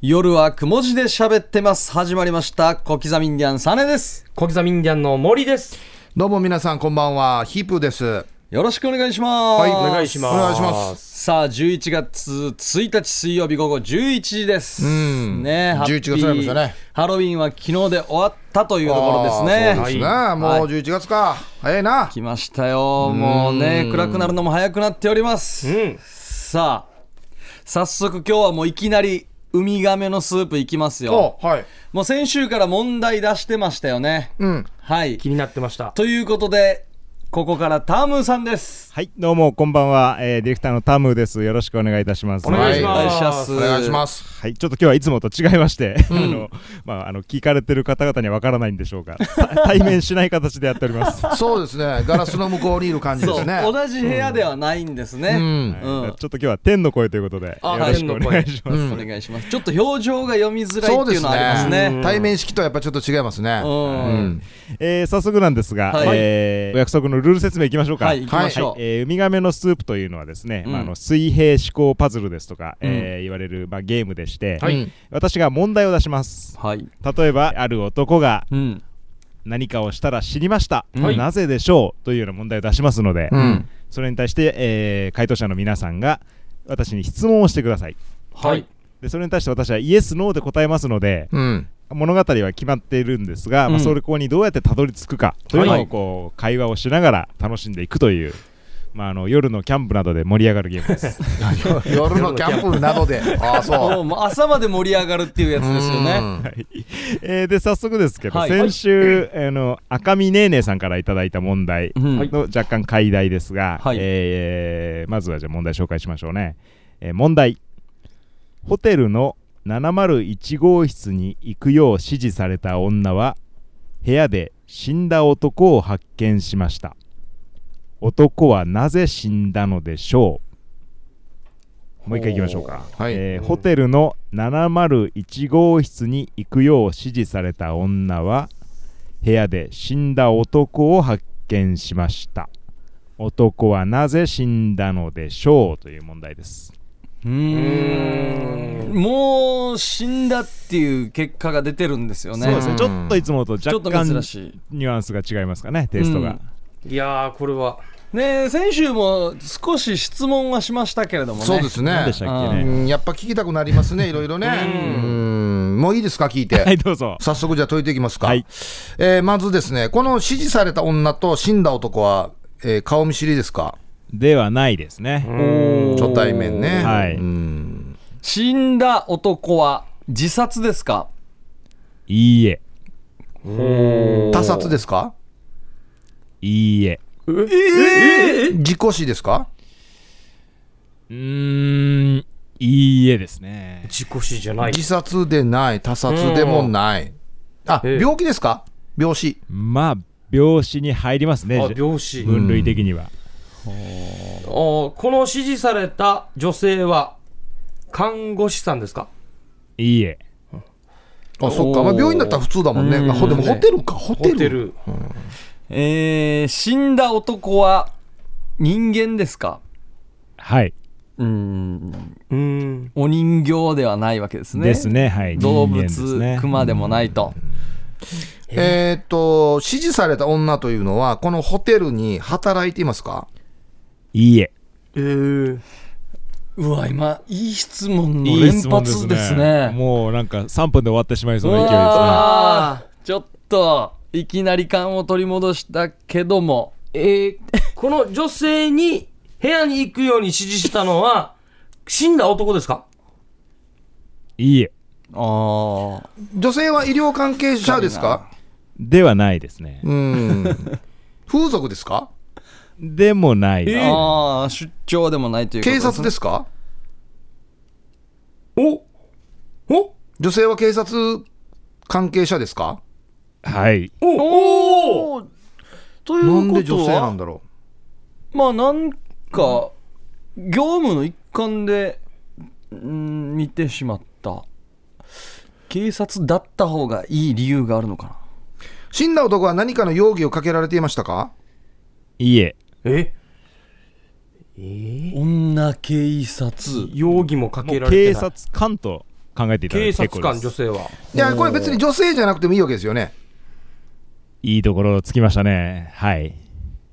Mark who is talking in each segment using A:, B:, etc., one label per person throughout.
A: 夜はくも字で喋ってます。始まりました。小刻みインディアンサネです。
B: 小刻みインディアンの森です。
C: どうも皆さんこんばんはヒープーです
A: よろしくお願いします。
C: はい
B: お願いします。。
C: お願いします
A: さあ、11月1日水曜日午後11時です。
C: うん
A: ね
C: 11月になりましたね。
A: ハロウィンは昨日で終わったというところですね。
C: あーそうですね、もう11月か、早いな
A: 来ましたよ。もうね、暗くなるのも早くなっております。
B: うん。
A: さあ、早速今日はもういきなり、ウミガメのスープいきますよ。
C: おはい
A: もう先週から問題出してましたよね。
C: うん
A: はい。
B: 気になってました。
A: ということで、ここからタームーさんです。
D: はい、どうも、こんばんは、えーディレクターのタムです。よろしくお願いいたします。
B: お願いし
A: お
B: ま
A: 願いします。
C: お願いします
D: はい、ちょっと今日はいつもと違いまして、あの、まあ、あの、聞かれてる方々にはわからないんでしょうが、た対面しない形でやっております。
C: そうですねガラスの向こうにいる感じで
A: そう、
C: すね
A: 同じ部屋ではないんです
C: う
A: ね。
C: ん
D: はい
A: うん
D: ちょっと今日は天の声ということで、
B: あ
D: よろしくお願いします。
A: お願いします。ちょっと表情が読みづらい
C: そ
A: っ
C: う
A: てい
C: で
A: う
C: す
A: のはあります
C: ね
A: ね。
C: 対面式とはやっぱちょっと違いますね
A: う
C: うんん
D: えー早速なんですが、
A: はい
D: えーお約束のルール説明いきましょうか。
A: はい、行きまし
D: はい
A: ょう。
D: えーウミガメのスープというのはですね、
A: うん
D: まあ、あの水平思考パズルですとか、えー言われる、まあ、ゲームでして、
C: はい、
D: 私が問題を出します
A: はい。
D: 例えばある男が
A: うん。
D: 何かをしたら知りました、
B: はい
D: なぜでしょうというような問題を出しますので、
C: うん
D: それに対して、えー回答者の皆さんが私に質問をしてください
A: はい。
D: でそれに対して私はイエス・ノーで答えますので、
C: うん
D: 物語は決まっているんですが、
A: う
D: まあ、
A: ん
D: それこにどうやってたどり着くかという
B: は
D: の
B: い
D: をこう会話をしながら楽しんでいくという、まあ、あの夜のキャンプなどで盛り上がるゲームです
C: 夜のキャンプなどでああ
A: も
C: そう
A: うもう朝まで盛り上がるっていうやつですよね。
C: ね
D: えーで早速ですけど、
A: はい
D: 先週、あの赤見ねーねーさんからいただいた問題、
A: うん
B: はい
D: の若干解題ですが、
A: はい
D: えーまずはじゃあ問題紹介しましょうね、えー問題ホテルの701号室に行くよう指示された女は部屋で死んだ男を発見しました男はなぜ死んだのでしょうもう一回行きましょうか、
C: はい
D: えーホテルの701号室に行くよう指示された女は部屋で死んだ男を発見しました男はなぜ死んだのでしょうという問題です
A: うーん。もう死んだっていう結果が出てるんですよね。
D: そうですね
C: ん
D: ちょっといつもと
A: ちょっと
D: 若干
A: 珍しい。
D: ニュアンスが違いますかねテイストが、
B: いやー、これは。
A: ねえ先週も少し質問はしましたけれどもね。
C: そうです
D: 何
C: ね
D: でしたっけ
C: う
D: ね、
C: んやっぱ聞きたくなりますねいろいろねうんもういいですか聞いて
D: はいどうぞ
C: 早速じゃあ解いていきますか、
D: はい
C: えーまずですねこの指示された女と死んだ男は、えー顔見知りですか
D: ではないですね、
C: 初対面ね
D: はい
C: うん
A: 死んだ男は自殺ですか
D: いいえ
C: 他殺ですか
D: いいえ
C: 事故死ですか
D: うーんいいえですね
B: 自己死じゃない。
C: 自殺でない他殺でもないあ
B: ええ
C: 病気ですか病死
D: まあ病死に入りますね
B: あ、
D: じゃ
B: 病死。
D: 分類的には、
B: おこの指示された女性は、看護師さんですか
D: いいえ
C: あそっか、
A: おー
C: まあ、病院だったら普通だもんね
A: うん
C: あほでもホテルかホ
B: ホ
C: テル
B: テル。
A: えー、死んだ男は人間ですか
D: はい、
A: うーん
B: うーん。
A: お人形ではないわけですね
D: ですねはい
A: 動
D: 人間
A: 物
D: ですね
A: 熊でもないと、
C: えーっと指示された女というのはこのホテルに働いていますか
D: いいえ
B: えー。
A: うわ今いい質問の連発ですね
D: もうなんか3分で終わってしまいそうな勢いですね
A: わーちょっといきなり感を取り戻したけども
B: えー、この女性に部屋に行くように指示したのは、死んだ男ですか
D: いいえ
A: ああ
C: 女性は医療関係者ですか
D: ではないですね
C: うん風俗ですか
D: でもないです、
A: あー出張でもないということ
C: 警察ですすか
B: おお
C: 女性は警察関係者ですか
D: はい
B: おお
A: おーとい
C: なん
A: う
C: で
A: こと
C: 女性な
A: は
C: んだろ
A: まあなんか業務の一環でうん見てしまった警察だった方がいい理由があるのかな
C: う死んだ男は何かの容疑をかけられていましたか
D: いいえ
B: え
A: 女警察
B: 容疑もか
D: も
B: け
D: う
B: られて
D: 警
B: ない
D: 察官と考えていただい
B: 警
D: て結
B: 察
D: 構で
B: 官女
D: す
B: 性は。
C: いや、これ別に女性じゃなくてもいいわけですよね。
D: いいところつきましたねはい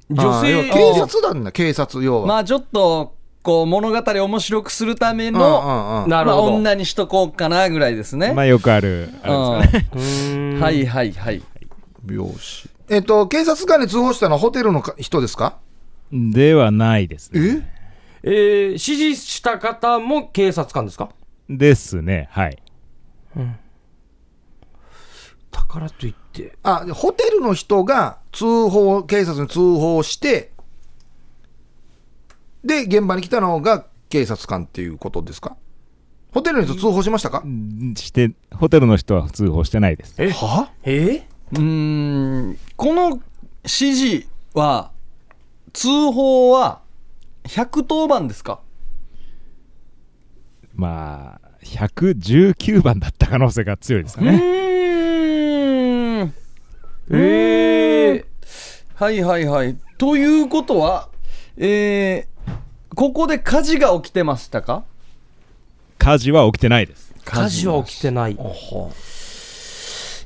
B: 女
C: あー
B: 性
C: 要は警察なんだ、警察、要は。
A: まあちょっとこう物語面白くするため
C: うん
A: の、
C: うんうん
B: なる
A: まあ、
B: ほど。
A: 女にしとこうかなぐらいですね、
D: まあよくあるあれですかね
A: うんはいはいはい
C: 病死。えっと、警察官に通報したのはホテルのか人ですか
D: ではないですね
C: え
B: えー、指示した方も警察官ですか
D: ですねはい
B: だからといって。
C: あ、ホテルの人が通報、警察に通報して、で、現場に来たのが警察官っていうことですかホテルの人通報しましたか
D: んしてホテルの人は通報してないです
B: えはえ
A: うーんこの指示は通報は110番ですか
D: まあ119番だった可能性が強いですかね
A: ーん
B: え
A: はいはいはいということはえー、ここで火事が起きてましたか
D: 火事は起きてないです
B: 火事は起きてない。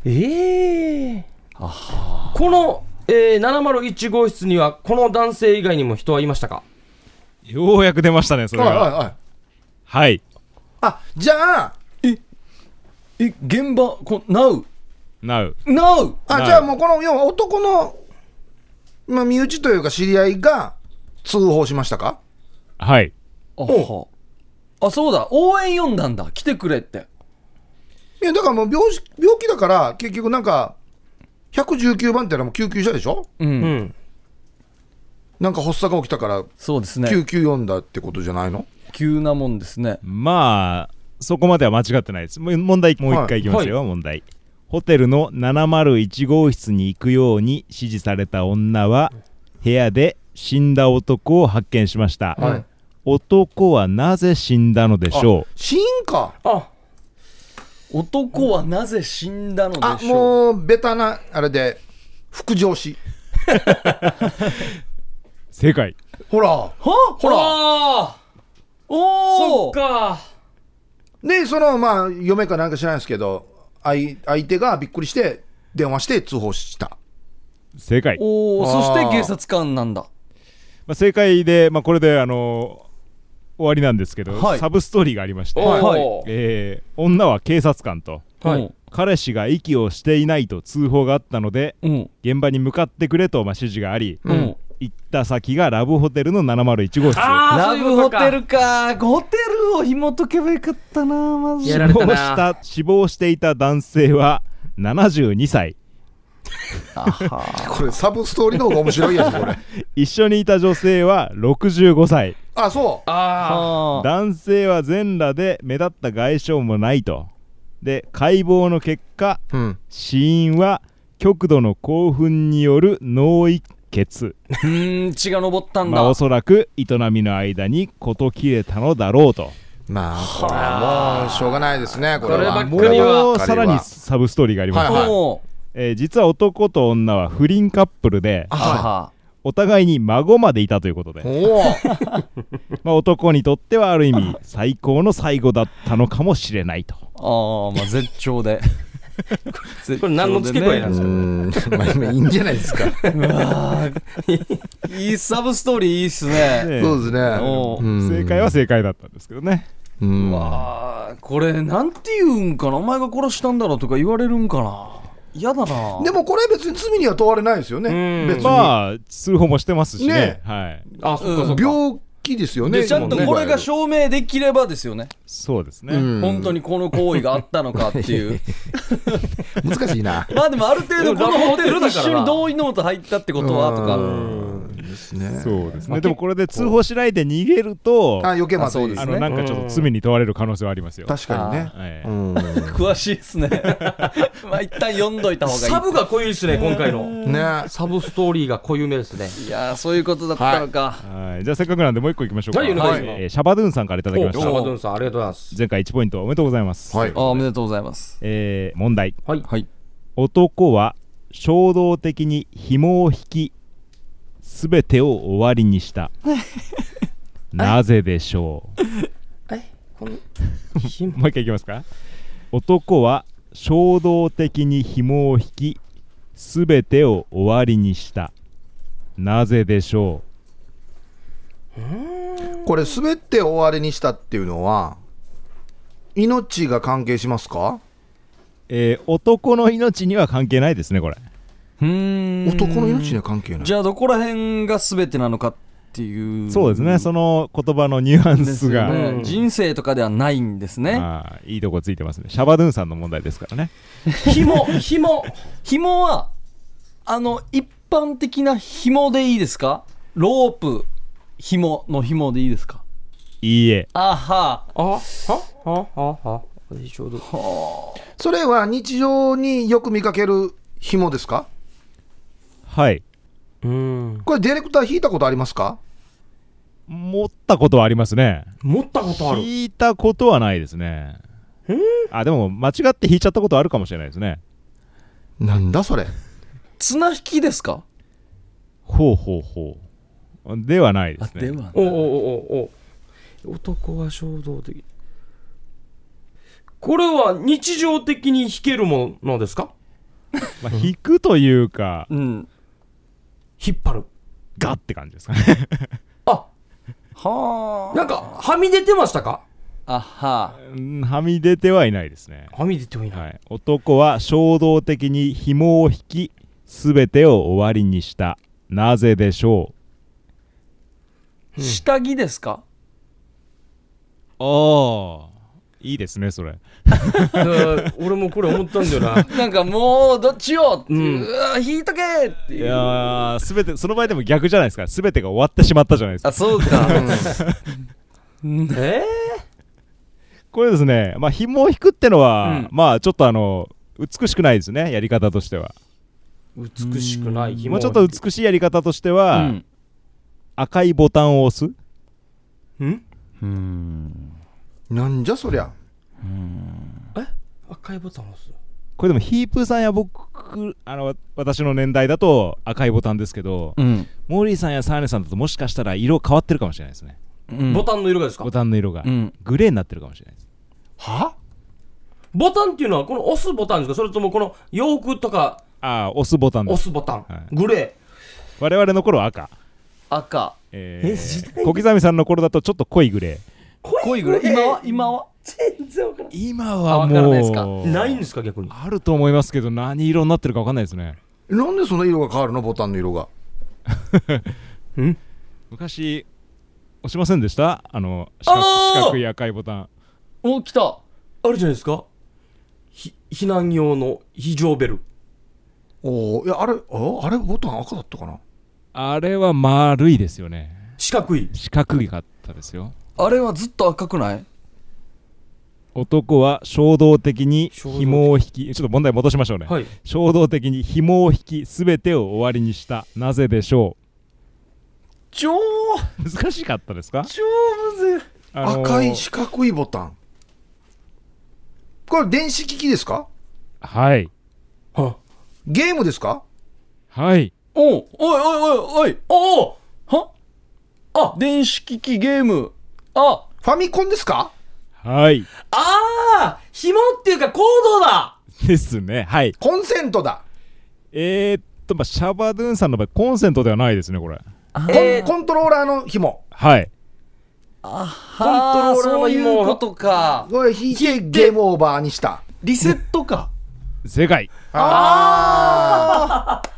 B: ええこの、えー、701号室には、この男性以外にも人はいましたか
D: ようやく出ましたねそれ
C: はいはい
D: が
C: はい。
D: はい
C: あ、じゃあ、
A: え現場こ NOW
D: なう
A: NOW
C: あ、
D: はい
C: じゃあもうこの、要は男の、まあ、身内というか知り合いが通報しましたか
D: はい
A: あはあそうだ応援呼んだんだ来てくれって
C: いや、だからもう病死病気だから、結局なんか、119番ってのはもう救急車でしょ
A: うん、
B: うん。
C: なんか発作が起きたから、
A: そうですね
C: 救急呼んだってことじゃないの
A: 急なもんですね
D: まあそこまでは間違ってないですもう問題もう一回いきますよ、問題ホテルの701号室に行くように指示された女は部屋で死んだ男を発見しました、
C: はい
D: 男はなぜ死んだのでしょ
C: 死因か。
B: あ、
A: 男はなぜ死んだの
C: あ
A: でしょう
C: もうベタなあれで副上司
D: う正解
C: ほら
A: は
C: ほら
B: あー
A: お
B: そ
A: お
B: っか。
C: でそのまあ嫁かなんか知らないですけど相相手がびっくりして電話して通報した
D: 正解、ま
A: おお
C: あー
A: そして警察官なんだ
D: あ、正解で、まあ、これであのー終わりなんですけど、
A: はい
D: サブストーリーがありまして、
B: おー
A: はい
D: えー女は警察官と
B: はい
A: うん
D: 彼氏が息をしていないと通報があったので
A: うん
D: 現場に向かってくれとまあ指示があり、
A: うん
D: 行った先がラブホテルの701号室
B: あー
A: ラ
B: そういう
A: ブ
B: こ
A: ホ
B: とか
A: テルかホテルを紐解けばよかったなまず
B: やら
D: 死
B: れた
D: 亡
B: な
D: した死亡していた男性は72歳
C: これサブストーリーの方が面白いや つこれ
D: 一緒にいた女性は65歳
C: あそう
A: あ
B: あ
A: ー
D: 男性は全裸で目立った外傷もないとで解剖の結果
C: うん
D: 死因は極度の興奮による脳溢血
A: うーん血が上ったん
D: まあ
A: だ
D: おそらく営みの間に事切れたのだろうと
C: まあこれもうしょうがないですねこれは
B: こればっかりは
D: もうさらにサブストーリーがあります、
C: はいはい
A: おー
D: えー実は男と女は不倫カップルで
A: あはは
D: お互いに孫までいたということで、
C: おお
D: まあ、男にとってはある意味最高の最後だったのかもしれないと
A: ああまあ絶頂 で
B: これ何の付け加えなんです
C: う
B: か
C: ん まあ今いいんじゃないですか
A: かいいサブストーリーいいっすね
D: で
C: そうですね
A: おー
C: うん
D: 正解は正解だったんですけどね
C: うん
A: わあこれなんて言うんかなお前が殺したんだろうとか言われるんかな嫌だな
C: でもこれ別に罪には問われないですよ
B: う
C: ね
B: ん
C: 別に
D: まあ通報もしてますしね
C: ね
D: はい、
B: あ、そっかそっか。
C: 病気ですよね
A: でちゃんとこれが証明できればですよね、
D: そうですね、
C: うん
A: 本当にこの行為があったのかっていう、
C: 難しいな
A: まあでもある程度、このホテルと一緒に同意ノート入ったってことはと
C: う
A: か、
C: んですね
D: そうですねでもこれで通報しないで逃げると
C: あ余計まずい
A: あ
C: で
D: あ
C: す
D: の
C: ね
D: なんかちょっと罪に問われる可能性はありますよ、
C: 確かにね
D: はい
C: うん
A: 詳しいです ね、まあ一旦読んどいた方がいい
B: サブが濃いですね、今回の。
C: ね
B: サブストーリーが濃ゆめですね。
A: いやー、そういうことだったのか、
D: はいじゃあせっかくなんでもう一個いきましょうか、
B: はいお願いします
D: えーシャバドゥンさんからいただきまし
B: おシャバ
D: た
B: ドゥンさん、ありがとうございます。
D: 前回1ポイントおめでとうございます、
C: はい
A: あーおめでとうございます。
D: えー問題
B: はい。
A: はい、
D: 男は衝動的に紐を引きすべてを終わりにしたなぜでしょう
B: えこの ひも
D: もう一回いきますか男は衝動的に紐を引きすべてを終わりにしたなぜでしょ
C: これ滑って終わりにしたっていうのは命が関係しますか
D: う、えー男の命には関係ないですねこれ
A: うーん
C: 男の命には関係ない
A: じゃあどこら辺が全てなのかっていう
D: そうですねその言葉のニュアン
A: です
D: ス
A: よ
D: が、
A: ね
B: うん
A: 人生とかではないんですね
D: あーいいとこついてますねシャバドゥンさんの問題ですからね
B: 紐紐
A: 紐はあの一般的な紐でいいですかロープ紐の紐でいいですか
D: いいえ
A: あは
B: あははははちょうど
C: それは日常によく見かける紐ですか
D: はい
B: うん
C: これディレクター引いたことありますか
D: 持ったことはありますね
B: 持ったことある
D: 引いたことはないですねあでも間違って引いちゃったことあるかもしれないですね
C: なんだそれ
A: 綱引きですか
D: ほうほうほうではないで
A: あ
D: す
A: で
D: ね
A: は
B: おおおおお男は衝動的これは日常的に弾けるものですか
D: まあ、引くというか、
A: うん
B: 引っ張る
D: ガッって感じですかね。
B: あ
A: は
B: なんかはみ出てましたか
A: ああは
D: うんはみ出てはいないですね。
B: はみ出てもいい
D: はい、男は衝動的に紐を引き、すべてを終わりにした。なぜでしょ
B: うん
A: 下着ですか
D: うああ、いいですね、それ。
B: だから俺もこれ思ったんだよ な
A: なんかもうどっちよっていう
B: うん
A: うわ引いとけって
D: い
A: いう
D: やー、すべて、その場合でも逆じゃないですか。すべてが終わってしまったじゃないですか。
A: あそうかうん
B: え
D: これですね、まあ、紐を引くってのは、
A: うん
D: まあ、ちょっとあの、美しくないですね、やり方としては。
B: ー美しくない紐
D: もうちょっと美しいやり方としては、赤いボタンを押す。
B: うん
A: うん
C: なんじゃそりゃ
B: 赤いボタンを押す
D: これでもヒープーさんや僕あのわ私の年代だと赤いボタンですけど、
A: うん
D: モーリーさんやサーネさんだともしかしたら色変わってるかもしれないですね
A: うん
B: ボタンの色がですか
D: ボタンの色が、
A: うん
D: グレーになってるかもしれないです
B: はボタンっていうのはこの押すボタンですかそれともこの洋服とか
D: ああ押すボタンで
B: 押
D: す
B: すボタン、
D: はい
B: グレ
D: 我々の頃は赤、
A: 赤
D: え
B: え時
D: ー、小刻みさんの頃だとちょっと濃いグレー
B: ー
A: 濃いぐらい今は今は
B: 全然わから
D: 今
A: あ
D: は
A: わからないですか
D: もう
B: ないんですか逆に
D: あると思いますけど何色になってるか分かんないですね
C: なんでその色が変わるのボタンの色が
B: うん
D: 昔押しませんでしたあの四角
B: あー
D: 四角い赤いボタン
A: お来た
B: あるじゃないですかひ避難用の非常ベル
C: おおいやあれああれボタン赤だったかな
D: あれは丸いですよね
B: 四角い
D: 四角かったですよ
A: あれはずっと赤くない
D: 男は衝動的に
B: 衝動的
D: 紐を引きちょっと問題戻しましょうね、
B: はい
D: 衝動的に紐を引き全てを終わりにしたなぜでしょ
A: 超
D: う難しかったですか、
A: 超むずい
D: あのー
C: 赤い四角いボタンこれ電子機器ですか
D: はい
B: は
C: ゲームですか
D: はい
A: おうおいおいおいおい
B: おお
A: は
B: あ
A: 電子機器ゲームあ
C: ファミコンですか
D: はい
B: あー紐っていうかコードだ
D: ですねはい
C: コンセントだ
D: えー、っと、まあ、シャバドゥンさんの場合コンセントではないですねこれ
C: コン,、コントローラーの紐
D: はい
A: コントローラーそうい
B: そうういう
A: こ
B: ことと
A: か
C: これ引いてゲームオーバーにした
A: リセットか
D: 正解
C: ああ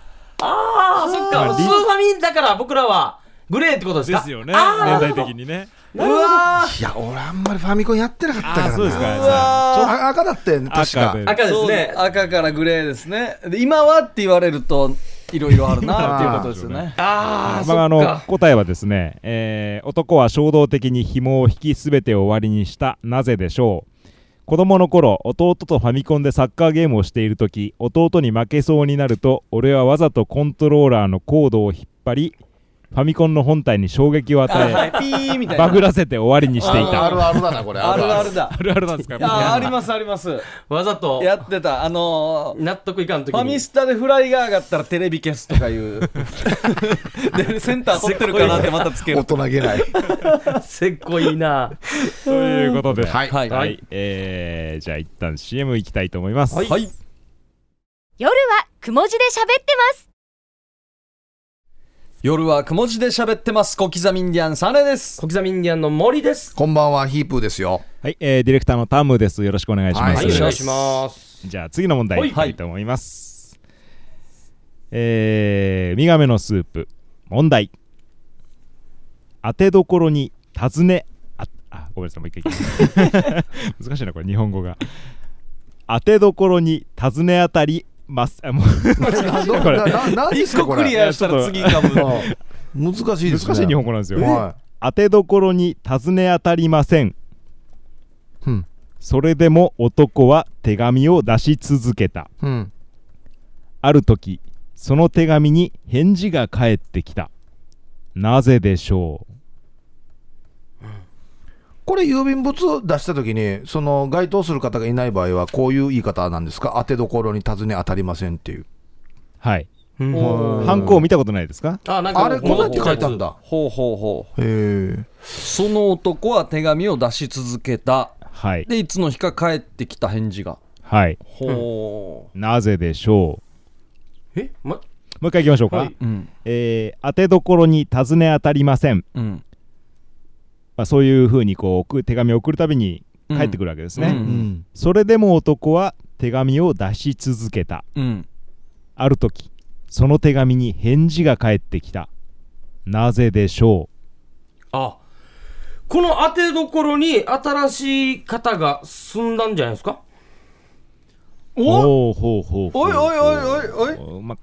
B: あーそっ
D: ま
B: か
D: あ
B: ス
D: リ
B: ーファミだから僕らはグレーってことです
D: で
B: か
D: すよね
B: あ
D: 年
B: ー
D: 代的にね
A: うわー
C: いや俺あんまりファミコンやってなかったから
D: あ
C: な
D: ーそうです
A: う
D: かさあ
A: わー
C: あ赤だったよね確か
D: 赤で
B: 赤です
A: そ
B: ね
A: う赤からグレーですねで今はって言われるといろいろあるなっていうことですよね
B: あー
D: ま
B: そ
D: あ、あ
B: っ
D: の
B: か
D: 答えはですね、えー男は衝動的に紐を引きすべてを終わりにしたなぜでしょう子供の頃弟とファミコンでサッカーゲームをしている時弟に負けそうになると俺はわざとコントローラーのコードを引っ張りファミコンの本体に衝撃を
A: は
D: 与
A: い、ピーみた
D: え
A: いな
D: バグらせて終わりにしてい
C: あ
D: た
C: るあるだなこれ
A: あるあるだ
D: あるあるなんですか
A: あありますあり ます
B: わざと
A: やってたあのー
B: 納得いかんとき
A: ファミ
B: に
A: スタでフライが上がったらテレビ消すとかいう でセンター取ってるかなってまたつけ
C: 大
A: る
C: 人げない
B: せっこいいな
D: ということで
C: はい
A: はい
D: は
A: はい
D: えーじゃあ一旦 CM 行きたいと思います
A: い、はい、
E: 夜はくも字で喋ってます
A: 夜はくも字で喋ってます小刻みインディアンサネです
B: 小刻みインディアンの森です
C: こんばんはヒープーです よ
D: はいえーディレクターのタムですよろしくお願いし
C: は
D: ま
B: はい
D: す
B: お
A: い
B: 願いします
D: じゃあ次の問題
B: はい
D: いきたいと思います、えー、ミガメのスープ問題当てどころに尋ねああごめんなさいもう一回いきます 難しいなこれ日本語が当てどころに尋ね当たりますあもう
C: 何
D: これ
C: です
A: 一
C: か
A: 個
C: こ
A: クリ
C: れ
A: アしたら次かぶ
C: あ難しいですね
D: 難しい日本語なんですよ、
C: は
D: 当てどころに尋ね当たりません、
C: うん
D: それでも男は手紙を出し続けた
C: いうん
D: ある時その手紙に返事が返ってきたなぜでしょ
C: これ郵便物出した時にその該当する方がいない場合はこういう言い方なんですか当てどころに尋ね当たりませんっていう
D: うはい
C: おー
D: ハンコを見たことないですか
B: あなんか
C: あれこうやって書いたんだ
A: ほうほうほう
C: へえ
A: その男は手紙を出し続けた
D: はい
A: でいつの日か帰ってきた返事が
D: はい
A: ほ
D: なぜでしょ
B: え、ま、
D: うもう一回いきましょうか、
B: はい
A: うん、うん
D: えー当てどころに尋ね当たりません、
A: うん
D: まあ、そういうふうにこう送る手紙を送るたびに返ってくるわけですね、
A: うん
C: うん
D: それでも男は手紙を出し続けた
A: うん
D: ある時その手紙に返事が返ってきたなぜでしょ
B: あこの当てどころに新しい方が住んだんじゃないですか
D: う
A: お
D: おうほうほうほう
A: おいおいおいおいおい
D: おい、ま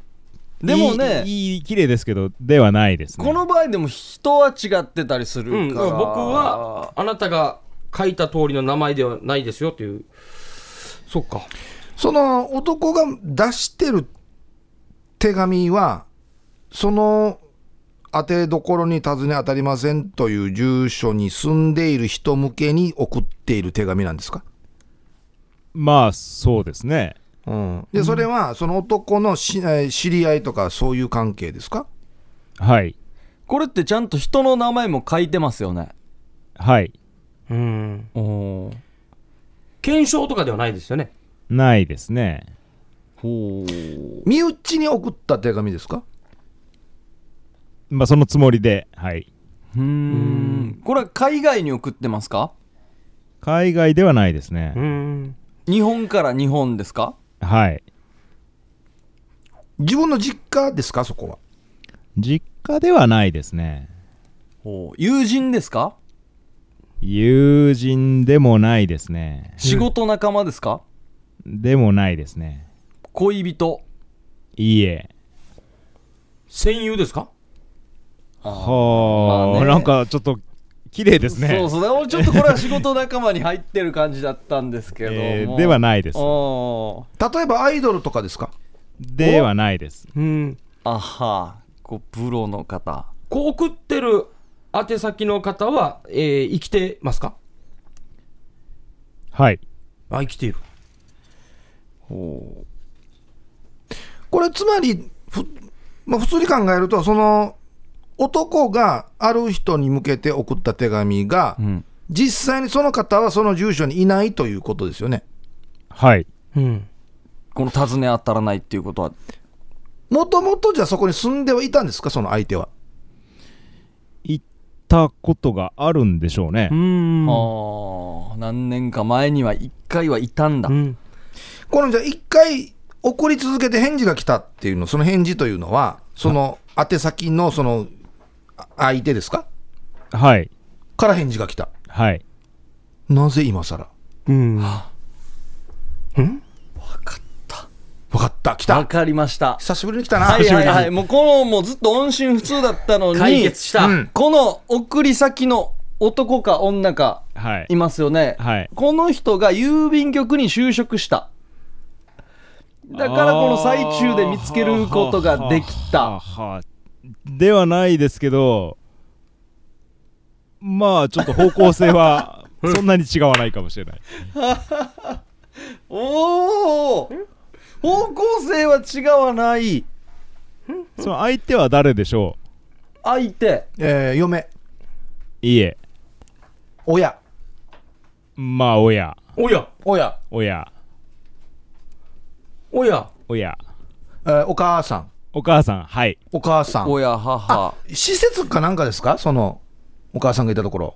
A: でもね
D: いいいい綺麗ですけどではないですね
A: この場合でも人は違ってたりするから、
B: うん、僕はあなたが書いた通りの名前ではないですよというそっか
C: その男が出してる手紙はその当てどころに尋ね当たりませんという住所に住んでいる人向けに送っている手紙なんですか、
D: まあそうですね
C: うん、でそれはその男のしえー知り合いとかそういう関係ですか
D: はい
A: これってちゃんと人の名前も書いてますよね
D: はい
B: うん
A: お
B: 検証とかではないですよね
D: ないですね
A: ほう
C: 身内に送った手紙ですか
D: まあそのつもりではい
A: うんこれは海外に送ってますか
D: 海外ではないですね、
B: ん
A: 日本から日本ですか
D: はい
C: 自分の実家ですかそこは
D: 実家ではないですね
A: 友人ですか
D: 友人でもないですね
A: 仕事仲間ですか、
D: でもないですね
A: 恋人
D: いいえ
B: 戦友ですか
D: はあ、
A: まあね
D: なんかちょっと綺麗ですね
A: そうそうだからちょっとこれは仕事仲間に入ってる感じだったんですけども、
D: えーではないです
A: おー
C: 例えばアイドルとかですか
D: ではないです
B: うん
A: あはこうプロの方
B: こう送ってる宛先の方は、えー生きてますか
D: はい
B: あ生きている
C: これつまりふ、まあ、普通に考えるとその男がある人に向けて送った手紙が、
A: ん
C: 実際にその方はその住所にいないということですよね
D: はい
B: うん
A: この尋ね当たらないっていうことは
C: もともとじゃあそこに住んではいたんですかその相手は
D: 行ったことがあるんでしょうね、
B: ん
A: ああ何年か前には1回はいたんだ、
B: うん
C: このじゃあ一回送り続けて返事が来たっていうのその返事というのはその宛先のそのあ相手ですか
D: はい
C: から返事が来た
D: はい
C: なぜ今更
B: うん
C: 分かった来
A: わ
C: た
A: かりました
C: 久しぶりに来たな、
A: はいはいはいもうこのもうずっと音信不通だったのに
B: 解決した、
C: うん
A: この送り先の男か女か
D: はい
A: いますよね、
D: はい
A: この人が郵便局に就職しただからこの最中で見つけることができ
D: はあ
A: た
D: はあではないですけどまあちょっと方向 性はそんなに違わないかもしれない
A: おお方向性は違わない
D: その相手は誰でしょ
A: 相手
C: えー嫁、
D: ういいえ
C: 親、
D: まあ親
B: おや、
C: 親、
D: 親
B: おや、
D: 親
C: えーお母さん、
D: お母さんはい
C: お母さん。
A: 親母
C: 施設かなんかですかその、お母さんがいたところ。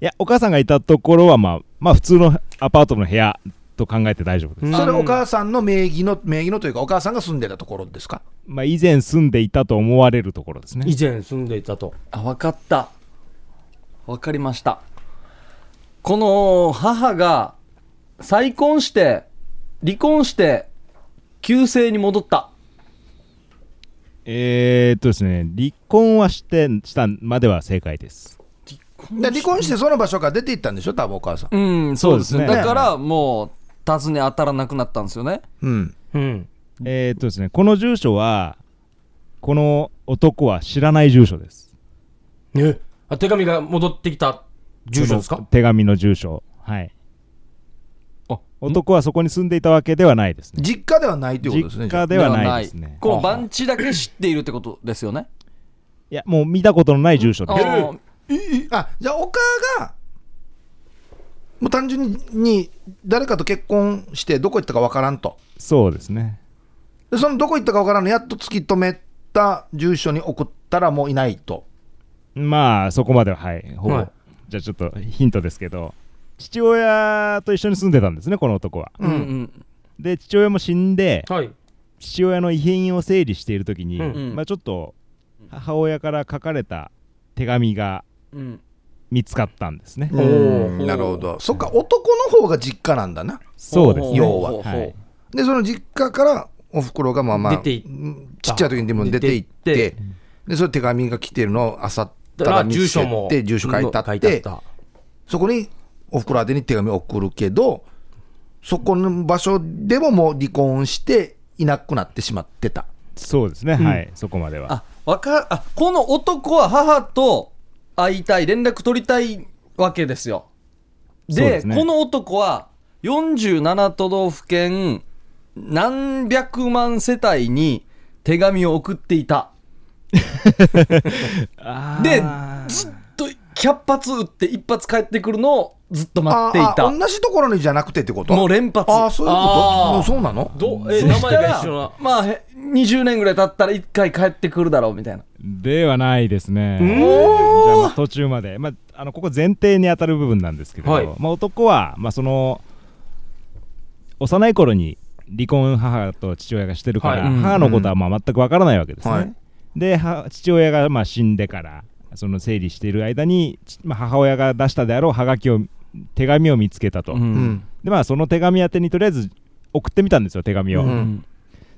D: いやお母さんがいたところはまあまあ普通のアパートの部屋と考えて大丈夫です、
C: それお母さんの名義の、名義のというか、お母さんが住んでたところですか
D: まあ以前住んでいたと思われるところですね
B: 以前住んでいたと。
A: あ分かった分かりましたこの母が再婚して離婚して旧姓に戻った
D: えー、っとですね離婚はしてしたまでは正解です
C: で離婚してその場所から出て行ったんでしょ多分お母さん。
A: うんそうですね
D: そうですね
A: だからもう尋ね当たらなくなったんですよね
C: うん。
B: うん。
D: えー、っとですねこの住所はこの男は知らない住所です
B: えあ手紙が戻ってきた住所です
D: その
B: か
D: 手紙の住所はい
A: あ
D: 男はそこに住んでいたわけではないですね
C: 実家ではないということですね。
D: 実家ではないですね
A: この番地だけ知っているってことですよね
D: いやもう見たことのない住所
A: あ
D: です
A: ー
C: あじゃあ、お母が、もう単純に誰かと結婚して、どこ行ったかわからんと。
D: そうですね
C: でそのどこ行ったかわからんの、やっと突き止めた住所に送ったらもういないと。
D: まあそこまでははいほぼ、
B: はい
D: じゃあちょっとヒントですけど父親と一緒に住んでたんですねこの男は
A: うんうん
D: で父親も死んで
B: はい。
D: 父親の遺品を整理している時に、
B: うん
A: うん
D: まあ、ちょっと母親から書かれた手紙が
A: うん
D: 見つかったんですね、
B: ん
C: うんなるほど。そっか、男の方が実家なんだな。
D: そうです
A: ほうほ
D: ね
A: う
C: 要は
A: ほうほう
D: はい
C: で、その実家から、おふくろがまあまあ、
B: 出ていった
C: うんちっちゃい時にでも出て行って、
B: 出ていっ
C: で、その手紙が来てるのをあさった
B: だからら
C: 見つけ
B: 住
C: て
B: 所も。
C: 住所書いてあ
B: 書
C: っ
B: いてあ
C: て
B: っ、た。
C: そこにおふくろ宛てに手紙を送るけど、そこの場所でももう離婚して、いなくなってしまってた。
D: そうですね、はいそこまでは
A: あわかあこの男は母と会いたい連絡取りたいわけですよで
D: そうですね
A: この男は47都道府県何百万世帯に手紙を送っていたでずっと100発撃って1発返ってくるのをずっと待ってい
C: あ
A: た
C: あ同じところにじゃなくてってこと
A: もう連発
C: ああ、そういうこと
B: あー
C: もうそうなの
B: どうえ
A: そ
B: 名
A: した
B: 前
A: ら
B: が一緒な。
A: まあへ20年ぐらい経ったら1回帰ってくるだろうみたいな
D: ではないですねじゃあまあ途中まで、まあ、あのここ前提に当たる部分なんですけど、
B: はい
D: まあ、男は、まあ、その幼い頃に離婚母と父親がしてるから、
B: はい
A: うん
D: 母のことはまあ全くわからないわけですね、
C: はい
D: では父親がまあ死んでからその整理している間に、ちまあ、母親が出したであろうハガキを手紙を見つけたと、
C: うん。
D: でまあその手紙宛てにとりあえず送ってみたんですよ手紙を、
C: うん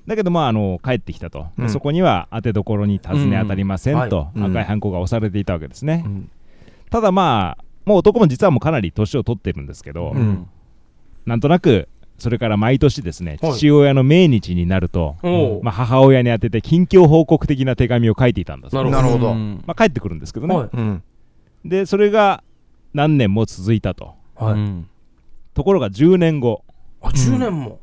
D: だけどまああの帰ってきたと、
C: うん
D: そこには当てどころに尋ね当たりませ
B: うん
D: んと、
C: はいうん
D: 赤いハンコが押されていたわけですね、
A: ん
D: ただまあもう男も実はもうかなり年を取ってるんですけど、
A: うん
D: なんとなくそれから毎年ですね
B: はい
D: 父親の命日になると、
B: おう
D: まあ、母親に宛てて近況報告的な手紙を書いていたんだそう
B: なる
C: なるほ
A: う
C: ど。
A: ん
D: まあ、帰ってくるんですけどね、
B: はい
C: うん。
D: でそれが何年も続いたと
B: はい
A: うん
D: ところが10年後
B: あ、10年も。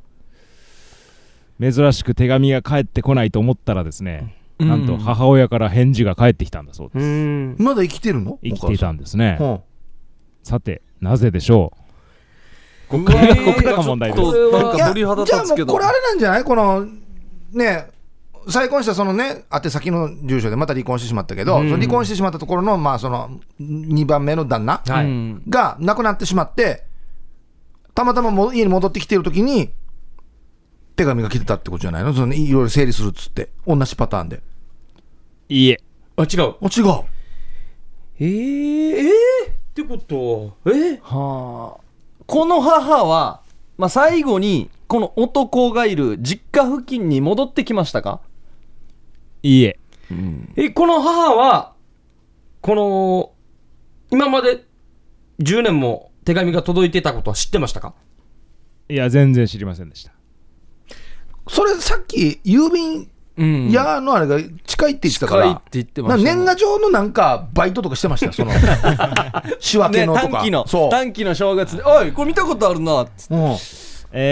D: 珍しく手紙が返ってこないと思ったらですね、
A: うん
D: なんと母親から返事が返ってきたんだそう
B: う
D: です、
B: ーん。
C: まだ生きてるの
D: 生きていたんですね
C: お母さんうん
D: さてなぜでしょ
A: こ
B: こからここから
D: が問題です
A: ちょっとなん
B: こ
C: い
A: か
C: や
A: 鳥肌立つけ
C: じゃあもうこ
A: ど
C: れあれなんじゃないこのね再婚したそのね宛先の住所でまた離婚してしまったけど、
B: うん
C: その離婚してしまったところのまあその2番目の旦那
B: は
A: う
B: い。
A: ん
C: が亡くなってしまってたまたまも家に戻ってきてる時に手紙が来てたってことじゃないのそのいろいろ整理するっつって同じパターンで
D: ういいえ
B: あ、違う。
C: あ違う
B: えー、えー、ってことは、え
A: はあこの母は、まあ、最後にこの男がいる実家付近に戻ってきましたか
D: いいえ
B: え、この母は、この、今まで10年も手紙が届いてたことは知ってましたか
D: いや全然知りませんでした
C: それさっき郵便
A: うん
C: いやーのあれが近いって言ってたか
A: 近いっ
C: ら
A: て、言ってま
C: な
A: したね
C: 年賀状のなんかバイトとかしてました よ、その仕分け
A: ね
C: のと
A: 短
C: か、
A: 期の
C: そう、
A: 短期の正月で「おいこれ見たことあるな」っつって
C: うん、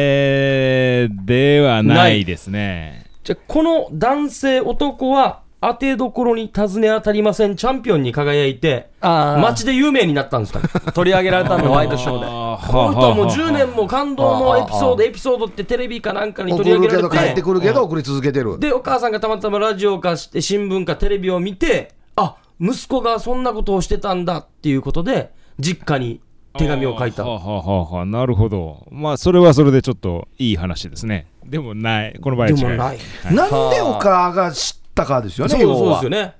D: えー、ではないですね。
B: じゃあこの男性男は当てどころに尋ね当たりませんチャンピオンに輝いて街で有名になったんですか
A: 取り上げられたのワイドショーで
B: この人はもう10
D: 年
B: 年も感動のエピソードエピソードってテレビかなんかに取り
C: 送
B: 上げ
C: るけ
B: られ
C: ど、帰って
B: て
C: くるけど、送り続けてる、
B: でお母さんがたまたまラジオかして新聞かテレビを見てあ息子がそんなことをしてたんだっていうことで実家に手紙を書いた
D: はあはあはあはあなるほど。まあ、それはそれでちょっといい話ですね。でもない。この場合は
B: で
D: 違う。
B: もない
C: なんでお母が知ったかですよ
B: そ
C: ね、
B: うそう
C: 要
B: で
C: は
B: すよね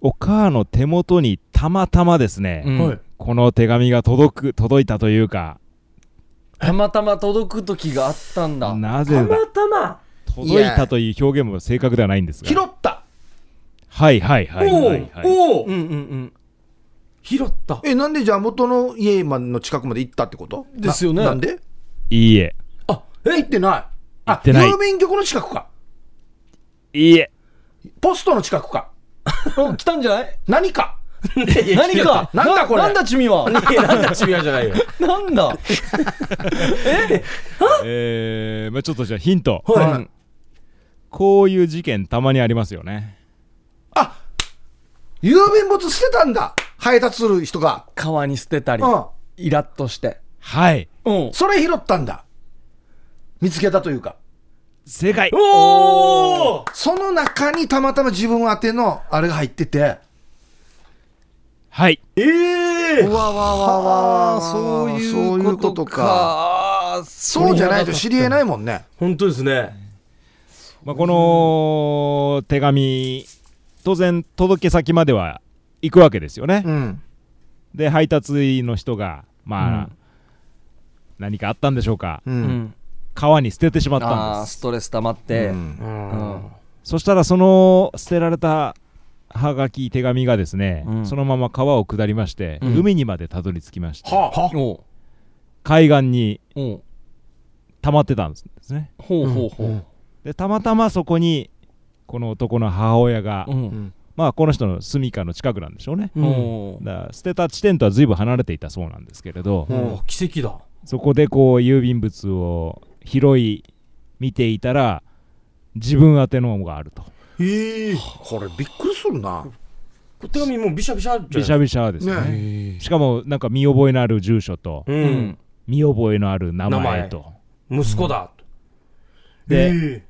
D: お母の手元にたまたまですね、
A: うん
B: はい
D: この手紙が届く、届いたというか、
A: たまたま届く時があったんだ
D: な
B: た
D: ぜだ
B: またま
D: 届いたという表現も正確ではないんです
C: 拾
D: が。
C: った、
D: はいはいはい
B: お
D: はい、
B: う
D: はい。
B: お
A: う
B: うん
A: うんうん
B: 拾った
C: え、なんでじゃあ、元の家の近くまで行ったってこと
A: ですよね
C: ななんで
D: いいえ。
B: あ
C: え、行ってない、
D: 行
C: あ
D: ってない
C: 郵便局の近くか、
D: いいえ。
C: ポストの近くか、
A: お来たんじゃない
C: 何か、
A: 何か
C: なんだこれ
A: なんだチミは
B: いやなんだ渋谷じゃないよ
A: なんだ
D: えー、まあちょっとじゃあヒント。
A: は
D: こういう事件たまにありますよね。
C: あ郵便物捨てたんだ、配達する人が、
A: 川に捨てたり
C: うん、
A: イラッとして
D: はい。
A: うん
C: それ拾ったんだ、見つけたというか。
D: 正解。
B: おお
C: その中にたまたま自分宛てのあれが入ってて、
D: はい。
B: ええ
C: うわわわわわ、
A: そういうこと。か
C: そうじゃないと知り得ないもんね。
B: 本当ですね
D: まあ、この手紙、当然届け先までは行くわけですよね。
C: うん。
D: で、配達員の人が、まあ、
A: うん
D: 何かあったんでしょうか。
C: う。
A: うんん
D: 川に捨ててしまったん
A: あー
D: です。
A: ストレス溜まっ
C: う
A: て
C: ん
A: うん
D: そしたら、その捨てられたはがき、手紙がですね、
A: うん
D: そのまま川を下りまして、
A: うん
D: 海にまでたどり着きまして、
C: はあ、は
A: おう
D: 海岸に
A: おう
D: 溜まってたんですね。
A: ほうほうほう
D: でたまたまそこにこの男の母親が、
A: うん
D: まあこの人の住処の近くなんでしょうね、
A: うんおう
D: だから捨てた地点とは随分離れていたそうなんですけれど、
C: うん
B: おー奇跡だ
D: そこでこう郵便物を拾い見ていたら自分宛てのがあると
C: ええ。これびっくりするな。
B: これ手紙もうビシャビシャじ
D: び
B: ゃ
D: し
B: ない
D: ゃびしゃですよね
A: へ
D: しかもなんか見覚えのある住所と
B: う
A: えうんん
D: 見覚えのある名前と
B: 息子だ
D: で、
B: え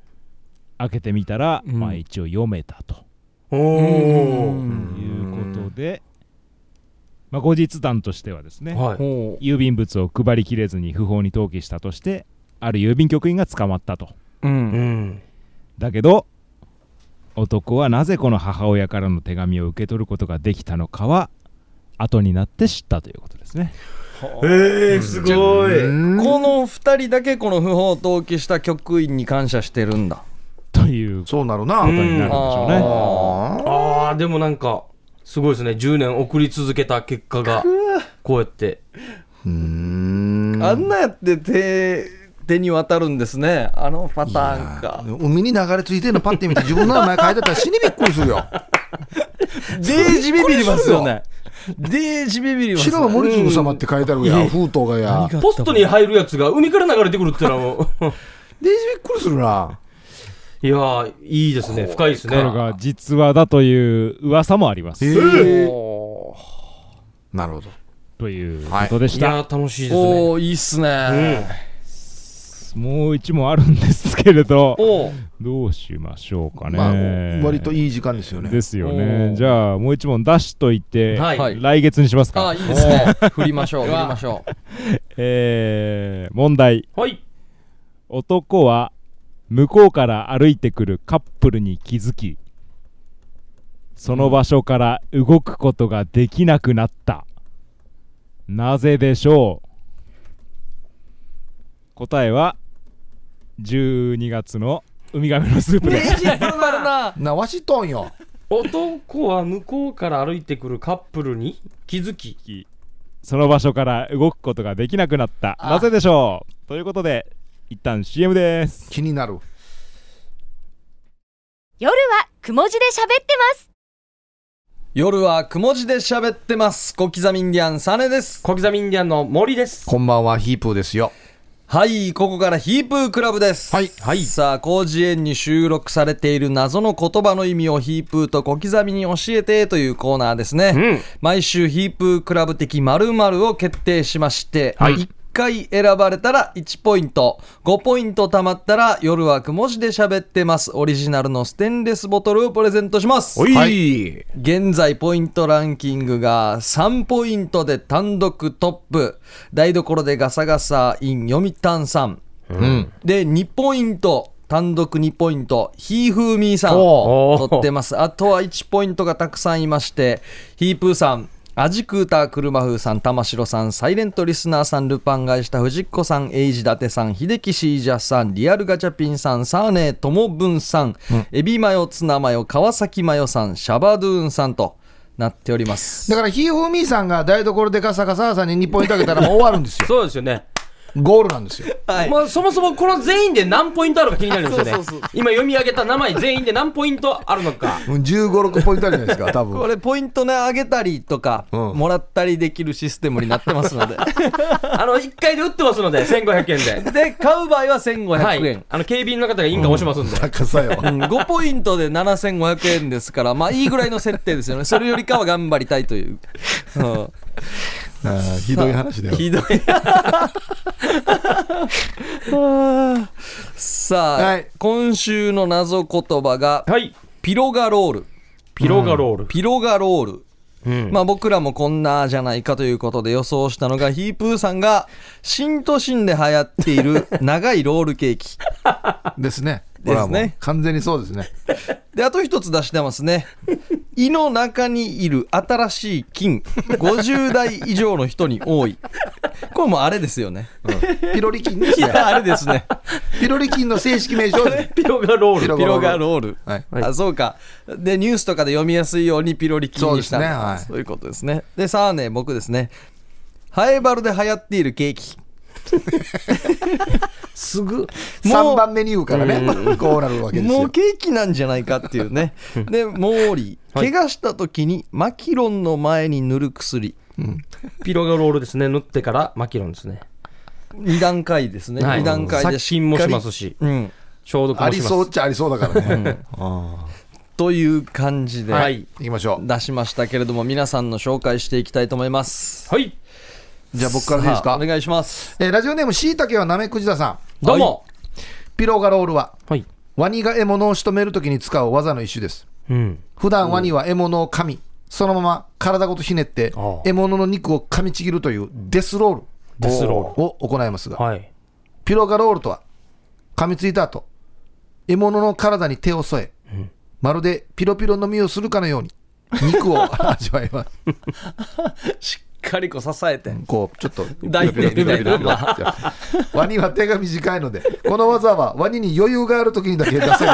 D: 開けてみたら、
A: うん
D: まあ一応読めたと
B: お
A: う
B: お
A: ん
D: いうことで、まあ、後日談としてはですね、
B: はい
A: おう
D: 郵便物を配りきれずに不法に投棄したとしてある郵便局員が捕まったと
A: うん
B: うん
D: だけど男はなぜこの母親からの手紙を受け取ることができたのかは後になって知ったということですね
B: ええすご
A: こ
B: い
A: の2人だけこの不法投棄した局員に感謝してるんだ
D: というこ
C: そうなるな。
D: とになるんでしょうね、
A: うんあ
C: ああ。
B: ああでもなんかすごいですね10年送り続けた結果がこうやって
C: うーん。
A: あんなやって手手に渡るんですねあのパターンか
C: 海に流れ着いてるのパッて見て自分の名前書いてたら死にびっくりするよ。
A: デージビビりますよねデージビビります
C: 白
A: よ
C: は
A: ね
C: 森粒様って書いてあるやん。封筒がや。
A: 何が
B: ポストに入るやつが海から流れてくるってのは
C: デイジびっくりするな。
B: いやーいいですね深いですね
D: れが実話だという噂もあります、
C: ええ。
A: おー
C: なるほど。
D: ということでし
B: い
D: た、
B: やー楽しいですね
A: おーいいっすね
D: もう一問あるんですけれど
A: おー
D: どうしましょうかね、
C: まあ、割といい時間ですよね
D: で。すよ
A: お
D: ね
A: ー
D: じゃあもう一問出しといて、
B: はい
A: はい
D: 来月にしますか
A: あーいいですね振りましょう振りましょう
D: えー問題
B: はい
D: 男は向こうから歩いてくるカップルに気づきその場所から動くことができなくなったなぜでしょう答えは12月のウミガメのスープです
C: な、ワシトンよ。
B: 男は向こうから歩いてくるカップルに気づき
D: その場所から動くことができなくなったなぜでしょうということで一旦 CM です
C: 気になる。
E: 夜はくも字で喋ってます。
A: 夜はくも字で喋ってます小刻みインディアンサネです
B: 小刻みインディアンの森です。
C: こんばんは、ヒープーですよ。
A: はいここからヒープークラブです
C: はい
A: はいさあ広辞苑に収録されている謎の言葉の意味をヒープーと小刻みに教えてというコーナーですね、
B: うん。
A: 毎週ヒープークラブ的〇〇を決定しまして、
B: はい
A: 1回選ばれたら1ポイント5ポイント貯まったら夜はくも字で喋ってますオリジナルのステンレスボトルをプレゼントします
C: はい。
A: 現在ポイントランキングが3ポイントで単独トップ台所でガサガサ in 読谷さん
C: うん。
A: で2ポイント単独2ポイントヒーフーミーさん
B: おー
A: 取ってますあとは1ポイントがたくさんいましてヒープーさんアジクーター車風さん玉城さんサイレントリスナーさんルパン返した藤子さんエイジ伊達さん秀樹シージャさんリアルガチャピンさんサーネーともぶんさん、エビマヨツナマヨ川崎マヨさんシャバドゥーンさんとなっております
C: だから、ヒーフーミーさんが台所でカサカサさんに2ポイントあげたらもう終わるんですよ。
B: そうですよね。
C: ゴールなんですよ。
A: はい
B: まあ、そもそもこの全員で何ポイントあるか気になるん ですよね。今読み上げた名前全員で何ポイントあるの か。
C: うん15、6ポイントあるじゃないです か、多
A: こ
C: 分。
A: れポイントねあげたりとか、
C: うん
A: もらったりできるシステムになってますので
B: あの、1回で売ってますので、1500円で。
A: で買う場合は1500
B: は
A: 円、
B: い。あの、警備員の方が印鑑押しますんで。
C: 高さよ。
A: うん5ポイントで7500円ですから、まあいいぐらいの設定ですよね。それよりかは頑張りたいという。うん
C: あーひどい話だよ。
A: ひどい。さあ、
C: はい
A: 今週の謎言葉が、
B: はい。
A: ピロガロール。
B: ピロガロール。
A: ピロガロール。
B: うん
A: まあ僕らもこんなじゃないかということで予想したのが、ヒープーさんが新都心で流行っている長いロールケーキ。
C: ですね。
A: ですね
C: これはもう完全にそうですね。
A: で、あと一つ出してますね。胃の中にいる新しい菌、50代以上の人に多い。これもあれですよね。
C: ピロリ菌です
A: い
C: ね。
A: や、あれですね。
C: ピロリ菌の正式名称ですね。
B: ピロガロー
C: ピ
B: ル。
C: ロ
A: ピロガロール。
C: はい。
B: はい
A: あそうかでニュースとかで読みやすいようにピロリ菌にしたんだ
C: そうですねはい
A: そういうことですねでさあね僕ですねハエバルで流行っているケーキ
B: すぐ。
C: 3番目に言うからね、こうなるわけです
A: もう
C: よ。
A: ケーキなんじゃないかっていうねでモーリー、
B: はい
A: 怪我した時にマキロンの前に塗る薬
B: ピロガロールですね。塗ってからマキロンですね。
A: 2段階ですね、
B: は
A: 二
B: い
A: 段階で
B: 殺菌もします
A: し
B: し、
A: っかりうん
B: 消毒
C: あ
B: も
C: り
B: します。
C: そうっちゃありそうだからね。
A: という感じで、
B: はい。
C: 行きましょう。
A: 出しましたけれども皆さんの紹介していきたいと思います
B: はい。
C: じゃあ僕からでいいです
A: さあ
C: か
A: お。願いします
C: えーラジオネームしいたけはなめくじださん。
B: どうも。
C: ピロガロールは
B: はい。
C: ワニが獲物を仕留めるときに使う技の一種です。
B: うん。
C: 普段ワニは獲物を噛み、そのまま体ごとひねって
B: ああ
C: 獲物の肉を噛みちぎるというデスロール。
B: デスロ
C: を行いますが、
B: はい。
C: ピロガロールとは噛みついた後獲物の体に手を添え、まるでピロピロの実をするかのように肉を 味わいます
A: しっかりこう支えて
C: こうちょっと
A: 抱いてるみたいな
C: ワニは手が短いのでこの技はワニに余裕がある時にだけ出せる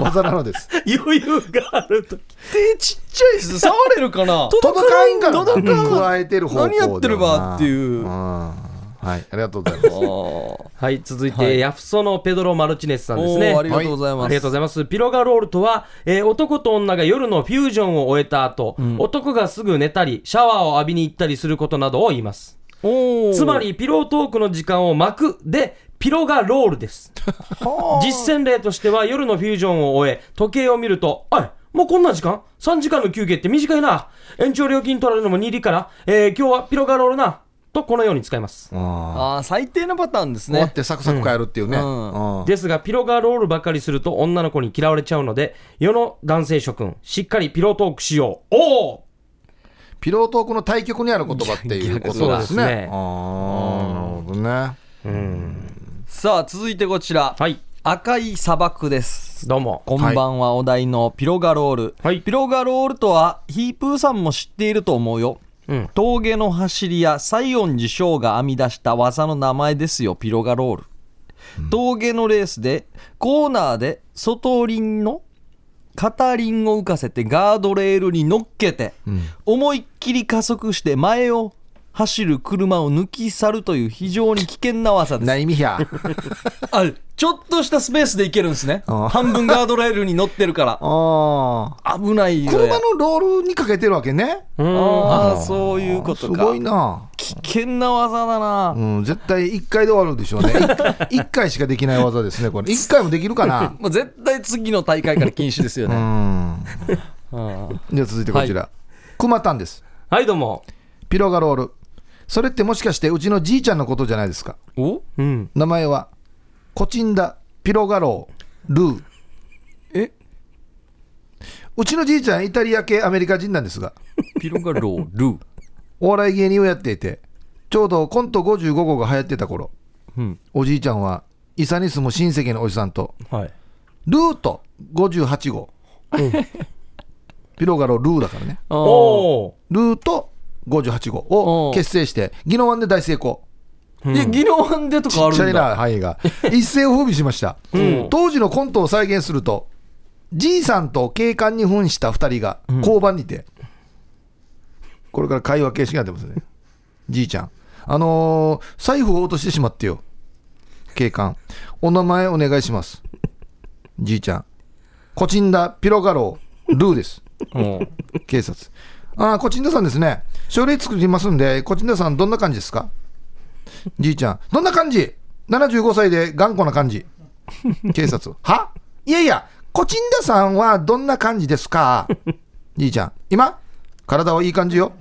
C: 技なのです
B: 余裕があるとき。
A: 手ちっちゃいです触れるか な
C: 届かんから
A: 届かん
C: 加えてる方向で
A: 何やってるばっていう
C: うんはいありがとうございます
B: はい。続いて、
A: はい
B: ヤフソのペドロ・マルチネスさんです
A: お
B: ね。
A: ーありがとうございます、
B: ありがとうございます。ピロガロールとは、えー男と女が夜のフュージョンを終えた後、男がすぐ寝たり、シャワーを浴びに行ったりすることなどを言います。
A: おー
B: つまり、ピロートークの時間を巻くで、ピロガロール です。実践例としては、夜のフュージョンを終え、時計を見ると、あいもうこんな時間 ?3 時間の休憩って短いな。延長料金取られるのも2理から、えー今日はピロガロールな。と、このように使います。
A: あー最低なパターンです
C: 終わっ
A: ね
C: てサクサク変えるっていうね、
A: うん
C: うん
B: ですが、ピロがロールばかりすると女の子に嫌われちゃうので、世の男性諸君、しっかりピロトークしよう。おお
C: ピロートークの対局にある言葉っていうことなんで
B: そ
C: す
B: うです
C: ね
B: ね。
C: ああ、なるほどね。
A: さあ続いてこちら、
B: はい、
A: 赤い砂漠です
B: どうも。
A: こんばんは、お題のピロガロール、
B: はい
A: ピロガロールとはヒープーさんも知っていると思うよ
B: うん。
A: 峠の走りや西園寺翔が編み出した技の名前ですよピロガロール、峠のレースでコーナーで外輪の片輪を浮かせてガードレールに乗っけて、思いっきり加速して前を走る車を抜き去るという非常に危険な技です
C: な意味 や。
A: あちょっとしたスペースで行けるんですね
C: あ
A: 半分ガードレールに乗ってるから
C: ああ。
A: 危ないよ
C: 車のロールにかけてるわけね。
B: うん
A: ああそういうこと
C: す
A: か
C: ごいな。
A: 危険な技だな、
C: うん、絶対一回で終わるでし ょうね。一一回しかできない技ですね、これ。一回もできるか な。
A: もう絶対次の大会から禁止ですよ
C: う
A: ね、
C: ん。
A: うん
C: じゃあ続いてこちら。くまたんです。
B: はいどうも
C: ピロガロール。それってもしかしてうちのじいちゃんのことじゃないですか。
A: お
B: うん
C: 名前は、コチンダ、ピロガロー、ルー。
A: え
C: うちのじいちゃん、イタリア系アメリカ人なんですが、
A: ピロガロール、
C: お笑い芸人をやっていて、ちょうどコント55号が流行ってた頃、
A: うん、
C: おじいちゃんは、イサに住む親戚のおじさんと、
B: はい
C: ルート58号。ピロガロールーだからね。
B: お
A: お
B: お
C: ルート58号を結成して、宜野湾で大成功。
A: ーいや技能版でとかあ
C: ちっちゃ
A: る
C: い
A: んだ
C: な範囲が一世を風靡しました、
B: ん
C: 当時のコントを再現するとじいさんと警官に扮した2人が交番にて、これから会話形式になってますねじいちゃんあのー財布を落としてしまってよ警官お名前お願いしますじいちゃんコチンダピロガロールーです
A: うん
C: 警察ああコチンダさんですね書類作りますんでコチンダさんどんな感じですかじいちゃんどんな感じ75歳で頑固な感じ警察はいやいやコチンダさんはどんな感じですかじいちゃん今体はいい感じよ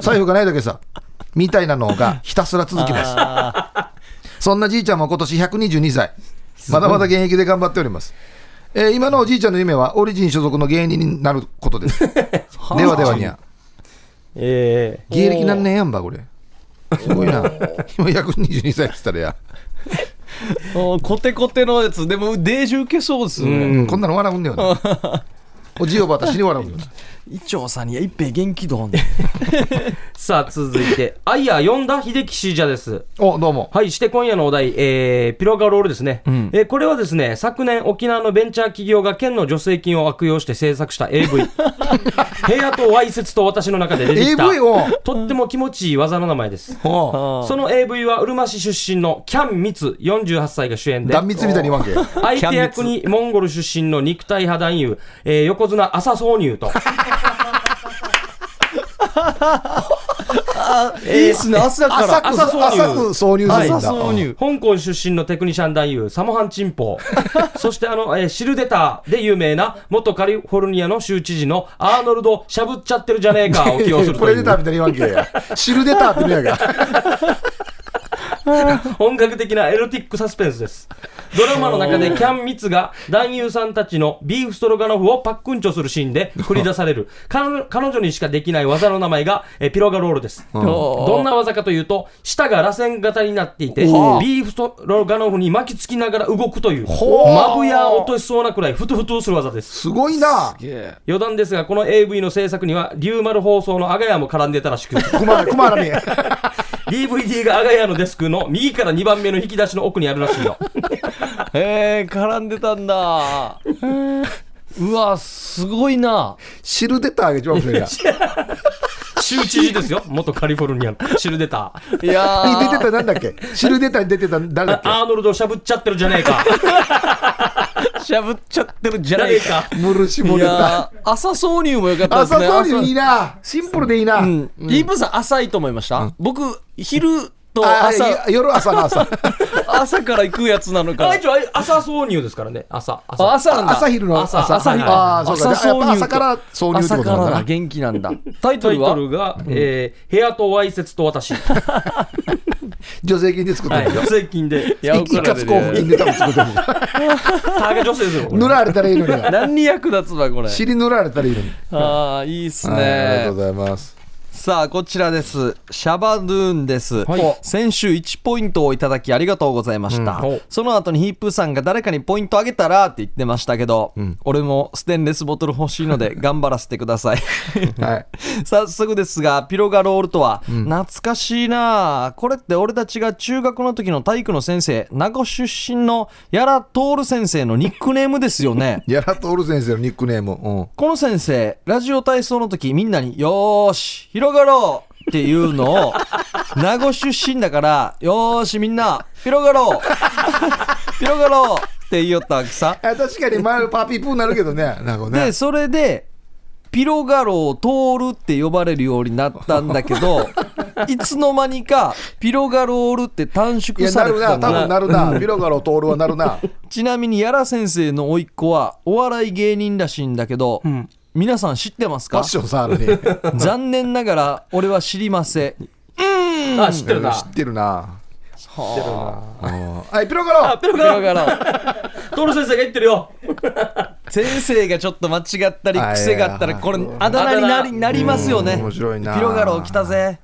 C: 財布がないだけさみたいなのがひたすら続きますそんなじいちゃんも今年122歳まだまだ現役で頑張っておりますえー今のおじいちゃんの夢はオリジン所属の芸人になることですではではにゃ
B: ええ
C: 芸歴何年やんばこれすごいな 今122歳って言ったらや、
A: おコテコテのやつでもデージ受けそうですね
C: こんなの笑うんだよなおじいおばあたしに笑うんだよ
A: 一丁さんに一平元気どん
B: さあ続いて「あいや呼んだ秀樹シージャ」です
C: おどうも
B: はい、して今夜のお題、えーピロガロールですね、えーこれはですね、昨年沖縄のベンチャー企業が県の助成金を悪用して制作した AV。部屋とわいせつと私の中で出てきた。
C: AV を
B: とっても気持ちいい技の名前です。
C: お
B: その AV はうるま市出身のキャン・ミツ48歳が主演で
C: 断密みたいに言わんけ
B: 相手役にモンゴル出身の肉体派男優、えー横綱朝挿入と
A: いいっすね朝か
C: 浅
A: ら
C: く
B: 朝挿入
C: 浅く挿入するんだ
A: 朝挿入
B: 香港出身のテクニシャン男優、サモハン・チン ポそしてあの、えーシルデターで有名な、元カリフォルニアの州知事のアーノルド・しゃぶっちゃってるじゃねえかを起用する
C: プ
B: とい
C: レデター
B: う、
C: みたいに言わんけや汁出たって言うやが
B: 本格的なエロティックサスペンスです。ドラマの中でキャン・ミツが男優さんたちのビーフストロガノフをパックンチョするシーンで繰り出され る、彼彼女にしかできない技の名前が、えーピロガロールです。どんな技かというと、舌が螺旋型になっていて、ビ
A: おー
B: ーフストロガノフに巻きつきながら動くという、
C: ほー
B: まぶや落としそうなくらいふとふとする技です。
C: すごいな
B: 余談ですが、この AV の制作には、リュウマル放送のアガヤも絡んでたらしく、
C: クマクマラに
B: DVD がアガヤのデスクの右から2番目の引き出しの奥にあるらしいよ。
A: へえ絡んでたん だうわすごいな
C: 汁出たが一番面白いな
B: 州知事ですよ、元カリフォルニアの。知る出た。
A: いやー
C: に出てたなんだっけ汁出たに出てた誰だっけ
B: アーノルドしゃぶっちゃってるじゃねえか。
A: しゃぶっちゃってるじ
B: じ
A: ゃ
B: ゃ
A: な
B: ね
A: い
B: え
A: か
B: か。
C: ムルシ
A: い
C: モネタ
A: やー朝挿入も良かったです
C: 朝
A: ね
C: そういいなシンプルでいいな、
A: うん、イープンさん浅いと思いました、僕昼と
C: あい
A: 朝
C: や夜朝の朝
A: 朝から行くやつなのか
B: あ一応、朝挿入ですからね、朝。
A: あ
B: 朝。
A: 朝なんだ
C: 朝昼の朝
A: 朝昼
C: ああそう
A: 朝
C: か朝
A: 挿入
C: 朝から挿入って
A: 朝
C: こと
A: から
C: な
A: だ
C: んだ
A: 元気なんだタイト
B: タイ
A: ル
B: ト
A: は
B: ルが、えー、部屋とわいせつと私。は
C: 女性金で作って
B: い
C: るよ、。
B: 税金で。
A: いや
C: い、一括交付金で多分作ってるよ
B: ターゲ女性です よ、これ
C: 塗られたらいいのにな
A: 何に役立つわこれ
C: 尻塗られたらいいのに、
A: ああいいっすね、
C: はいありがとうございます
A: さあこちらですシャバドゥーンです、
B: い
A: 先週1ポイントをいただきありがとうございました、
B: うんお
A: その後にヒープーさんが誰かにポイントあげたらって言ってましたけど、俺もステンレスボトル欲しいの で頑張らせてください
C: はい
A: 早速ですがピロガロールとは、懐かしいなあこれって俺たちが中学の時の体育の先生名護出身のやらトール先生のニックネームですよね
C: やらとおる先生のニックネーム、うん
A: この先生ラジオ体操の時みんなに「よーし広がろうっていう のを、名護出身だから、よーしみんな、ピロガ ローピロガローって言いよったわけさ。
C: あ確かに前のパーピープーになるけどね。なんかね
A: で、。それで、ピロガロー通るって呼ばれるようになったんだけ ど、いつの間にか、ピロガロールって短
C: い
A: 縮
C: や、
A: さ
C: な
A: れ
C: る
A: て
C: な、
A: た
C: 多
A: の。
C: 分なるな。ピロガロ通るはなるな。
A: ちなみに、やら先生の甥っ子は、お笑い芸人らしいんだけど、
B: ん
A: 皆さん知ってます
C: ファ
A: か
C: ッションさあるね。知
A: 残念ながら、俺は知りません。
B: あ、知ってるな。
C: ってるな。
A: は
C: うんはい、ピロガロ
B: あ、ペロ
A: あ。ピロ
B: が、
A: ガロー。
B: トロ先生が言ってるよ。
A: 先生がちょっと間違ったり
C: あいや
A: 癖があったらこれあだ名になりなりますよね
C: うん面白いな
A: ピロガロ来たぜ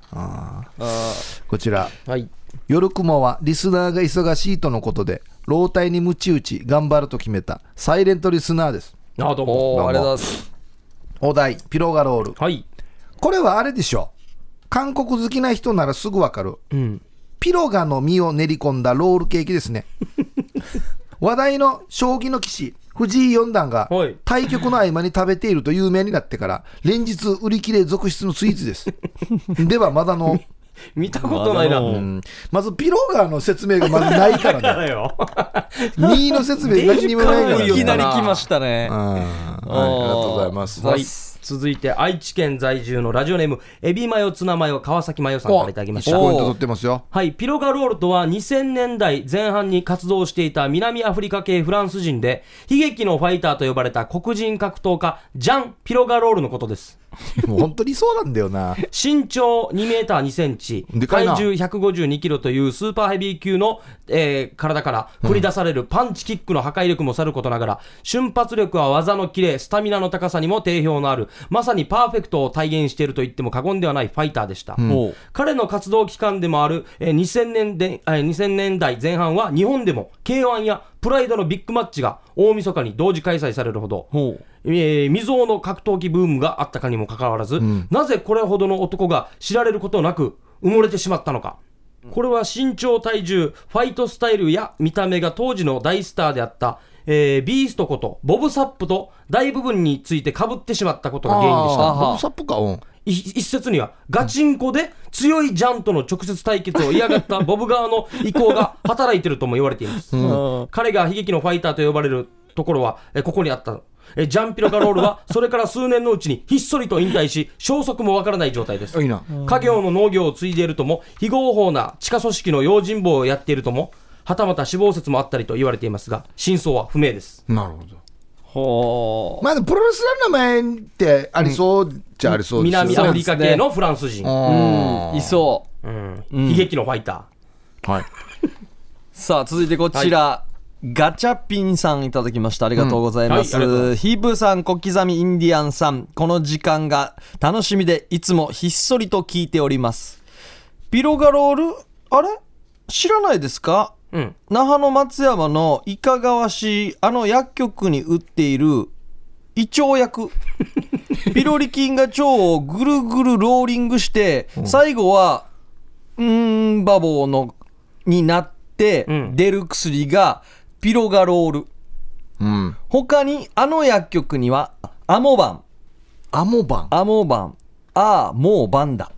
C: こちら。
B: はい。
C: 夜雲はリスナーが忙しいとのことで、老体に鞭打ち、頑張ると決めた、サイレントリスナーです。
B: あ、どう
A: お
B: も。
A: ーありがとうございます
C: お題、ピロガロール。
B: はい。
C: これはあれでしょ。韓国好きな人ならすぐわかる。
B: うん。
C: ピロガの実を練り込んだロールケーキですね。話題の将棋の棋士、藤井四段が
B: はい
C: 対局の合間に食べていると有名になってから、連日売り切れ続出のスイーツです。では、まだの、
B: 見たことないな。
D: まああの
C: うんまずピロガの説明がまずないから ね。
D: だよ。
C: 2の説明何にもないからね。
A: いきなり来ましたね
C: うんはいありがとうございます。
A: は
B: はいい。続いて、愛知県在住のラジオネーム、エビマヨツナマヨ川崎マヨさんからいただきまし
C: 1
B: た。
C: ポイント取ってますよ。
B: はい、ピロガロールとは2000年代前半に活動していた南アフリカ系フランス人で悲劇のファイターと呼ばれた黒人格闘家ジャン・ピロガロールのことです
C: もう本当にそうなんだよな。
B: 身長2メーター2センチ
C: でかい
B: 体
C: な
B: 重152キロというスーパーヘビー級の、えー体から繰り出されるパンチキックの破壊力もさることながら瞬発力は技のキレスタミナの高さにも定評のあるまさにパーフェクトを体現していると言っても過言ではないファイターでした、
A: も
B: 彼の活動期間でもある、えー2000年で、えー2000年代前半は日本でも K1 やプライドのビッグマッチが大晦日に同時開催されるほど
A: う、もう
B: えー未曾有の格闘技ブームがあったかにもかかわらず、なぜこれほどの男が知られることなく埋もれてしまったのか。これは身長、体重、ファイトスタイルや見た目が当時の大スターであった、えービーストことボブ・サップと大部分について被ってしまったことが原因でした。
C: あーボブサップか、うん。
B: い一説にはガチンコで強いジャンとの直接対決を嫌がったボブ側の意向が働いてるとも言われています、彼が悲劇のファイターと呼ばれるところはえここにあったえジャンピロガロール はそれから数年のうちにひっそりと引退し消息もわからない状態です
C: いいな。
B: 家業の農業を継いでいるとも非合法な地下組織の用心棒をやっているともはたまた死亡説もあったりと言われていますが真相は不明です
C: なるほど。
A: ほ
C: まあでもプロレスラーの名前ってありそうじゃありそうですよ
B: 南アフリカ系のフランス人、
A: う
C: うん
A: うんいそ
B: うん
A: ん
B: 悲劇のファイター
C: はい。
A: うさあ続いてこちらガチャピンさんいただきましたありがとうございます
B: うんはいありがとうござい
A: ヒープーさん小刻みインディアンさんこの時間が楽しみでいつもひっそりと聞いておりますピロガロールあれ知らないですか
B: うん
A: 那覇の松山のいかがわしいあの薬局に売っている胃腸薬 ピロリ菌が腸をぐるぐるローリングして、最後はうーんバボーのになって
B: うん
A: 出る薬がピロガロール
C: うん。
A: 他にあの薬局にはアモバン
C: アモバン。
A: アモバンあーもうバンだ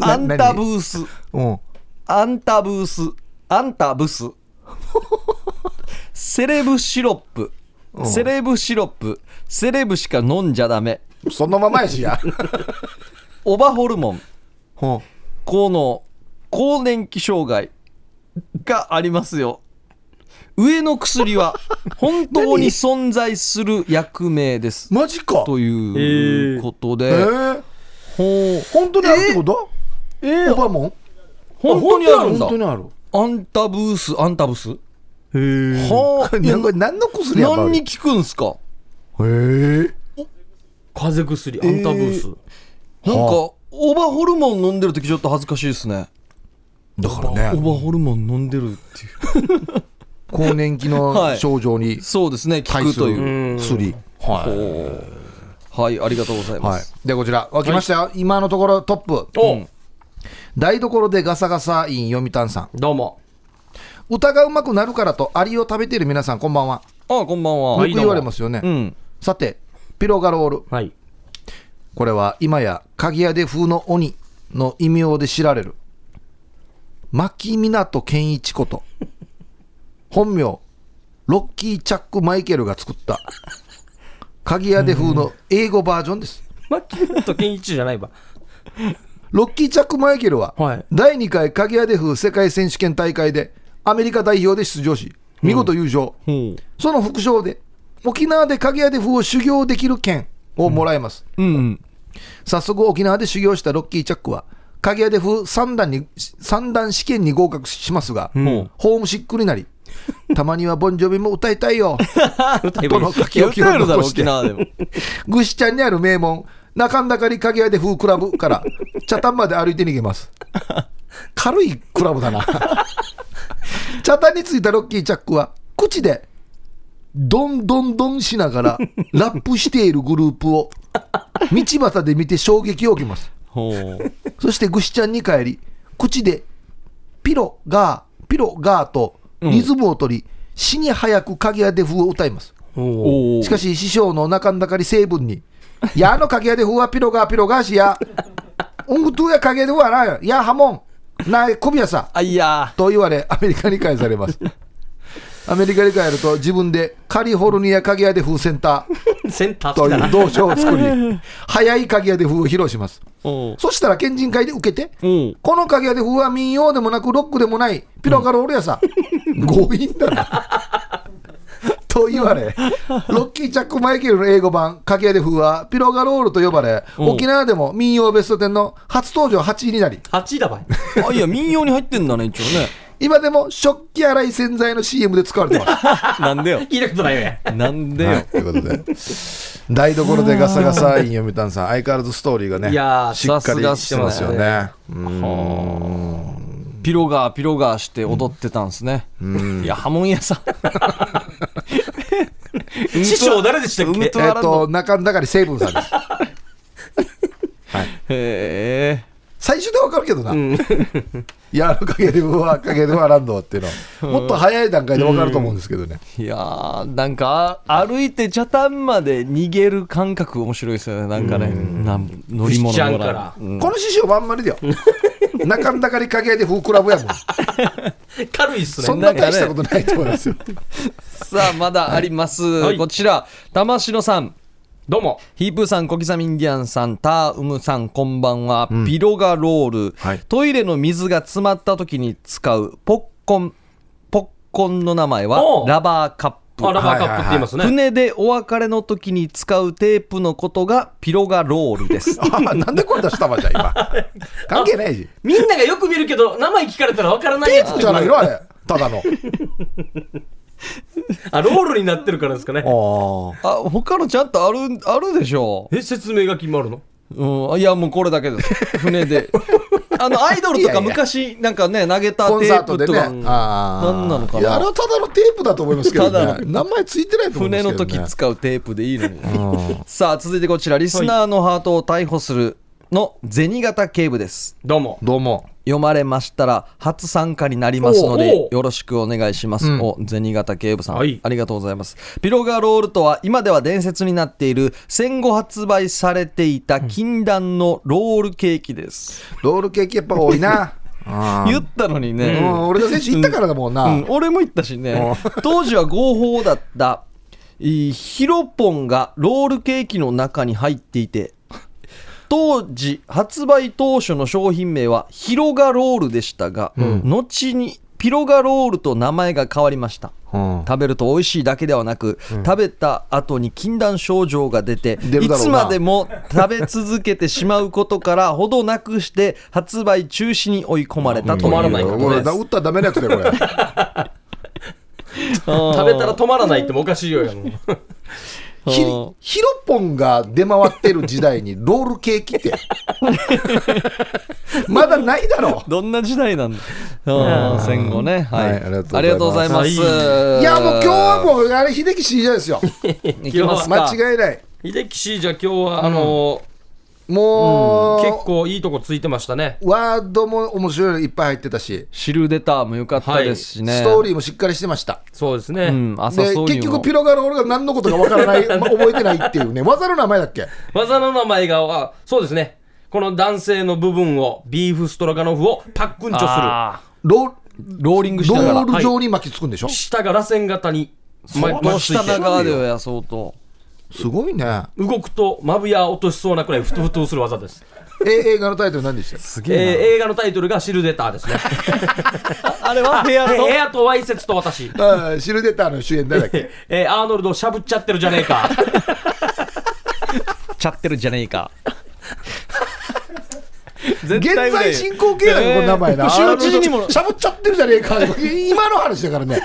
A: アンタブース
C: うん。
A: アンタブース、アンタブス。 セレブシロップ、セレブシロップ、セレブしか飲んじゃダメ。
C: そのままやしや。
A: オバホルモン、
C: うん。
A: 効能、更年期障害がありますよ。上の薬 は本当に存在する役名です。
C: マジか。
A: ということ
C: え
A: で、
C: ー、
A: ほう
C: 本当にあるってこと
A: えー
C: オバモン
A: 本当にあるんだ
C: 本当。にある。。
A: アンタブース、アンタブスへえ。はあ
C: なんか何の薬やっぱ
A: 何に効くんすか
C: へえ。
B: 風邪薬アンタブース、
A: なん
C: は
A: か、オーバーホルモン飲んでる時ちょっと恥ずかしいですね。
C: だから
A: オーバ
C: ね、
A: ーホルモン飲んでるっていう。
C: 更年期 の症状に
A: そうですね、聞
C: 対
A: く
C: する
A: という。
C: 薬。は
A: はい、ありがとうござい
C: い。
A: ま
C: はい
A: す。。
C: で、こちら。わきましたよ。今のところトップ。
B: お、
C: 台所でガサガサイン読谷さん。
B: どうも
C: 歌がうまくなるからとアリを食べている皆さんこんばんは。
A: あ、こんばんは。
C: よく
B: い
C: 言われますよね。
A: うん。
C: さて、ピロガロール。
B: はい
C: これは今や鍵屋で風の鬼の異名で知られる牧湊健一こと本名ロッキー・チャック・マイケルが作った鍵屋で風の英語バージョンです
B: マッキーとケンイチじゃないわ。
C: ロッキー・チャック・マイケルは、
B: はい
C: 第2回鍵屋デフ世界選手権大会でアメリカ代表で出場し、見事優勝、
A: ほ
C: その副賞で、沖縄で鍵屋デフを修行できる券をもらえます。
A: う。うん。
C: 早速、沖縄で修行したロッキー・チャックは、鍵屋デフ3段に三段試験に合格しますが、
B: ん
C: ホームシックになり、たまにはボンジョビも歌いたいよ。
B: 歌えばい
C: と
B: い
C: の書
A: い
C: き
A: や、
C: 置きを
A: 歌えるだ
C: 残
A: ろ、
C: して
A: 沖縄でも。
C: ぐしちゃんにある名門、中んだかり鍵屋で風クラブから、茶炭まで歩いて逃げます。軽いクラブだな。茶炭についたロッキーチャックは、口で、どんどんどんしながら、ラップしているグループを、道端で見て衝撃を受けます。
A: ほう。
C: そしてぐしちゃんに帰り、口で、ピロ、ガー、ピロ、ガーと、リズムを取り、死に早く鍵屋で風を歌います。
A: お
C: しかし師匠のお腹の中に成分に 「やあの鍵屋でふわピロがピロがしや」「うんぐとや鍵屋でふわなよやハモンなこびやさ
A: あ、いや」
C: と言われアメリカに返されます アメリカに帰ると自分でカリフォルニア鍵屋で風センタ
B: センター
C: ーと
B: 来た
C: いう
B: な。
C: 同書を作り早い鍵屋で風を披露します
A: ー。おう。
C: そしたら県人会で受けて
A: おう。
C: この鍵屋で風は民謡でもなくロックでもないピロカロールやさ、強引だなと言われロッキー・チャック・マイケルの英語版鍵屋で風はピロカロールと呼ばれ
A: うん
C: 沖縄でも民謡ベスト10の初登場8位になり
B: 8位だばい。
A: あ、いや、民謡に入ってんだね、一応ね。
C: 今でも食器洗い洗剤の CM で使われてます
A: なんでよ。
B: 聞いたことないよね。
A: なん でよ。
C: ということで台所でガサガサイン読谷さん相変わらずストーリーがね
B: いやー
C: しっかり
A: さすがっすね
C: してますよね
A: ピロガー、ピロガーして踊ってたんですね。いや、波紋屋さん。
B: 師匠誰でしたっ
A: うん
B: け
A: と
C: えっと中の中に成分さんです
A: へえ。
C: 最初でわかるけどな、い やあの陰でうわ陰ではランドっていうのもっと早い段階でわかると思うんですけどね、
A: いやーなんかあ歩いて茶炭まで逃げる感覚面白いですよねなんかねなん乗り物
B: ちゃん
A: も
B: からら
A: う。ん
C: この師匠まんまり だよ中ん中に陰で風クラブやもん
B: 軽いっすね。
C: そんな大したことないと思いますよ、
A: さあまだあります、
B: はい
A: こちら玉城さん
B: どうも。
A: ヒープーさん、小刻みインディアンさん、ターウムさん、こんばんは。ピロガロール、
C: はい
A: トイレの水が詰まった時に使うポッコン、ポッコンの名前
B: お
A: は
B: う
A: ラバーカップ。
B: あラバーカップって言いますね。
A: 船でお別れの時に使うテープのことがピロガロール です。
C: ああなんでこれ出したまじゃん 今関係ないし
B: みんながよく見るけど、名前聞かれたらわからないやつって
C: じゃないのあれただの
B: あ、ロールになってるからですかね。
C: あ
A: あ、他のちゃんとある、あるでしょ
B: え、説明が決まるの
A: うん、いや、もうこれだけです。 船で。あの、アイドルと
C: いやい
A: か
C: や
A: 昔、なんかね、投げ
C: あ
A: た
C: コン
A: テ
C: サ
A: ー
C: ート
A: プ
C: で
A: と
C: ね
A: か、
C: あー
A: なんなのかない
C: やあれはただのテープだと思いますけど、
A: ただ
C: ね、名前ついてないと思うんで
A: 船
C: すけ
A: の
C: ど、ね、
A: 時使うテープでいいのに。さあ、続いてこちら、リスナーのハートを逮捕するの銭形警部です。
B: どうも。
C: どうも
A: 読まれましたら初参加になりますの
B: おうお
A: で
B: う
A: よろしくお願いします。
C: うん
A: お銭形警部さん、
B: はい
A: ありがとうございます。ピロガロールとは今では伝説になっている戦後発売されていた禁断のロールケーキです。
C: ロールケーキやっぱ多 いなあー
A: 言ったのに
C: う
A: ね、
C: ん、俺の選手行ったからだもんな、
A: うん、俺も言ったしね当時は合法だったいいヒロポンがロールケーキの中に入っていて 当時発売当初の商品名はヒロガロールでしたが、後にピロガロールと名前が変わりました
C: うん
A: 食べると美味しいだけではなく、食べた後に禁断症状が出て
C: 出る
A: い
C: だろ
A: つ
C: うな
A: までも食べ続けてしまうことからほどなくして発売中止に追い込まれたという
B: 止まらない
A: こ
B: こと
C: こ
A: で
C: れ
A: す
C: だ打ったらダメなやつだ よこれ
B: 食べたら止まらないってもおかしいよやもう
C: ひ
A: うん
C: ヒロポンが出回ってる時代 にロールケーキって まだないだろ
A: どんな時代なんだ。うん戦後ね。はい。
C: はい
A: あり
C: あり
A: が
C: が
A: と
C: と
A: う
C: う
A: ご
C: ご
A: ざ
C: ざ
A: い
C: い
A: ま。
B: ますす
C: いやもう今日は
A: う
C: もうあれ 秀樹 CJ ですよ
A: 行きますか。
C: 間違いない
B: 秀樹氏じゃあ今日はあのー
C: もう、
B: 結構いいとこついてましたね
C: ワードも面白いのいっぱい入ってたし、
A: シルデターも良かったですしね、
C: ストー
A: リ
C: リーもしっかりしてました。
B: そうです
A: ーう
B: ね、
A: ん、朝
C: で
A: そうい
C: 結
A: う
C: 局
A: の
C: ピロガロ俺が何のことかわか らないま覚えてないっていうね技の名前だっけ
B: 技の名前があそうですねこの男性の部分をビーフストロガノフをパックンチョ
A: あ
C: ロ
A: ローリング
C: ー
A: し
C: ロ
A: ながら
C: ール状に巻きつくんでしょ、
B: する下が螺旋型にま
A: この下
B: 巻きついて
A: 長でをやそうと
C: すごいね
B: 動くとまぶや落としそうなくらいふとふとする技です、
C: え映画のタイトル何でした
A: す
B: えー映画のタイトルが「シルデター」ですね
A: あれは部屋
B: えー
A: の
B: エアとワイセツと私
C: あーシルデターの主演誰だっ け
B: えーアーノルドしゃぶっちゃってるじゃねえか
A: ちゃってるじゃねえか
C: 現在進行形だよ、この名前な。
A: 周知にも
C: しゃぶっちゃってるじゃねえか。 今の話だからね。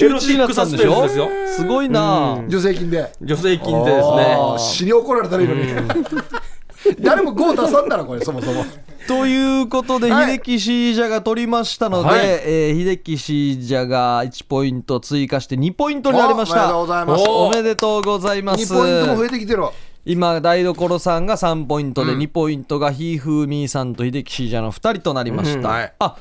B: エロチックサスペンスですよ
A: すごいな
C: 助成金で。
B: 助成金でです
C: あ
B: ね
C: ー死に怒られたらいいのに。 誰もゴー出さんだろ、これ、そもそも。
A: ということで、
C: はい
A: 秀樹シージャが取りましたので、
B: はい
A: えー秀樹シージャが1ポイント追加して2ポイントになりまし
C: おめで
A: た
C: とうございます
A: おめでとうございます
C: 2ポイントも増えてきてる。
A: 今台所さんが3ポイントで2ポイントがひーふーみーさんと秀樹シージャの2人となりました、
B: うん
C: はい
A: あ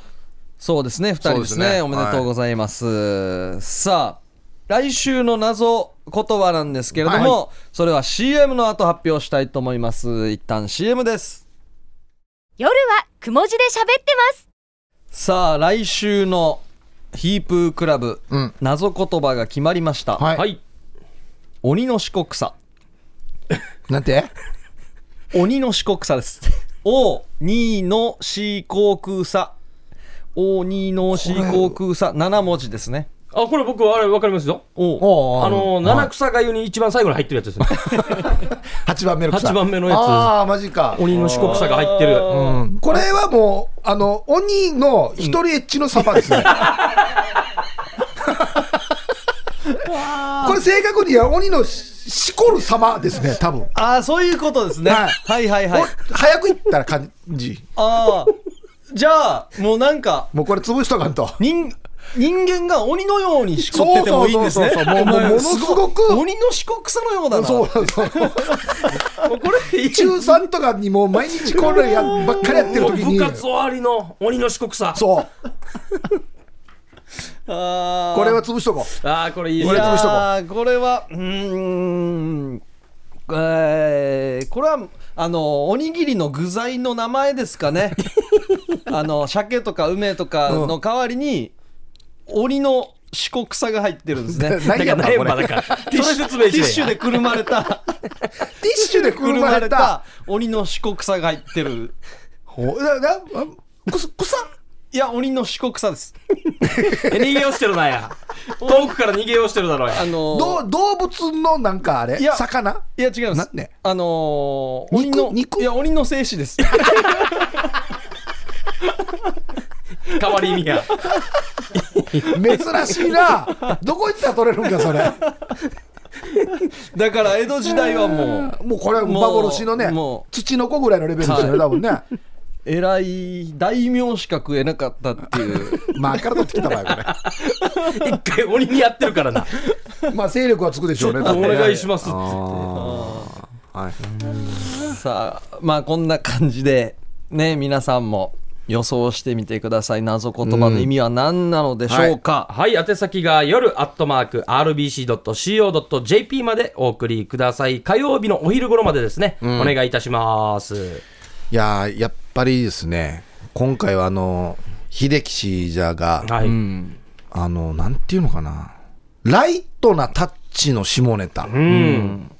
A: そうですね2人ですね
C: そうですね
A: おめでとうございます、さあ来週の謎言葉なんですけれども、それは CM の後発表したいと思います一旦 CM です
E: 夜はくも字で喋ってます
A: さあ来週のヒープークラブ、
C: うん
A: 謎言葉が決まりました、
C: は。
B: はいい
A: 鬼の四国さ
C: なんて
A: 鬼の四国さで す。おにの四国さ。おにの四国さ。7文字ですね。
B: あこれ僕あれ分かりますよ
A: お
C: お
B: あのー七
C: 七
B: 草がゆに一番最後に入ってるやつですね
C: 8番目の草
B: 八番目のやつ
C: ああ、マジか。
B: 鬼の四国さが入ってる
C: うんこれはもう、あの、鬼の一人エッチのサバですね。これ正確には鬼のししこる様ですね、多分。
A: ああ、そういうことですね。
C: はい
A: はいはいはい。
C: お早くいったら感じ。
A: ああ。じゃあ、もうなんか、
C: もうこれ潰しとかんと。
A: 人、人間が鬼のようにしこっててもいいんですね。
C: そうそうそうそうもう
A: お前
C: ものすごく
A: ごい鬼の四国さのようだな。
C: そうそう。
B: もうこれいい
C: 中3とかにもう毎日これやばっかりやってる
B: も
C: 時
B: う部
C: に。
B: 活終わりの鬼の四国さ
C: そう。
A: ああ
C: これは潰しとこう。
B: ああこれいい
A: い
B: ですね
C: 潰しとこう
A: やーこれはうーんえーこれはあのおにぎりの具材の名前ですか ねあの鮭とか梅とかの代わりに、鬼の四国さが入ってるんですね
C: 何や
B: だ
C: な、
B: か
C: こ
B: ら
C: れ。テ
B: メンバーだからそれ説明
A: ティッ
B: し
A: シ
B: て
A: ュでくるまれ た
C: ィッシュでく
A: く
C: る
A: る
C: ま
A: まれ
C: れた
A: た。鬼の四国さが入ってる
C: ほななあくす草
A: いや鬼の四国さです
B: 逃げようしてるなや遠くから逃げようしてるだろうや
A: あの
C: どう動物のなんかあれ
A: いや
C: 魚
A: いや違います
C: なんで
A: あのー、
C: 肉
A: 鬼の
C: 肉
A: いや鬼の精子です
B: 代わりに や
C: 珍しいなどこ行ったら取れるんかそれ
A: だから江戸時代はもう
C: もうこれは幻のね
A: も
C: 土の子ぐらいのレベルですよね多分ね
A: 偉い大名しか食えなかったっていう
C: まあから取ってきたわよこ
B: 一回鬼にやってるからな
C: れまあ勢力はつくでしょうね
B: お願いしますっつって
C: はい
A: さあまあこんな感じでね皆さんも予想してみてください謎言葉の意味は何なのでしょうか、
B: はい、宛先が夜アットマーク RBC.CO.JP までお送りください。火曜日のお昼頃までですね、お願いいたします。
C: いやーやっぱりですね今回はあの秀樹氏じゃが
B: はい。
C: あのなんていうのかなライトなタッチの下ネタ
B: うん。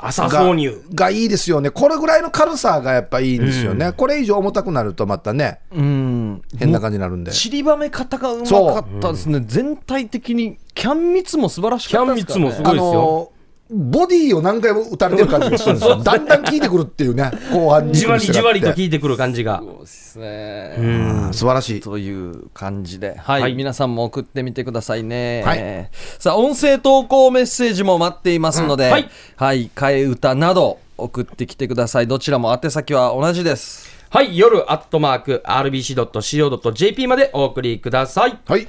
B: 朝
C: が
B: 挿入。
C: がいいですよね、これぐらいの軽さがやっぱいいんですよね、これ以上重たくなるとまたね、
A: うん
C: 変な感じになるんで、
A: 散りばめ方がうまかったですね、全体的にキャンミツも素晴らしかったですから、ね、
B: キャンミツもすご
C: あ
B: いですよ
C: のボディを何回も打たれてる感じがするんですよ、だんだん効いてくるっていうね、後半に
B: じわりじわりと
C: い
B: 聞いてくる感じが。
A: そうですね、
C: 素晴らしい、
A: という感じで、はい、
B: はい
A: 皆さんも送ってみてくださいね。
C: はい
A: さあ、音声投稿メッセージも待っていますので、
B: うん
A: は
B: はいい、
A: 替え歌など送ってきてください。どちらも宛先は同じです。
B: はい、夜アットマーク RBC.CO.JP までお送りください。
C: はい、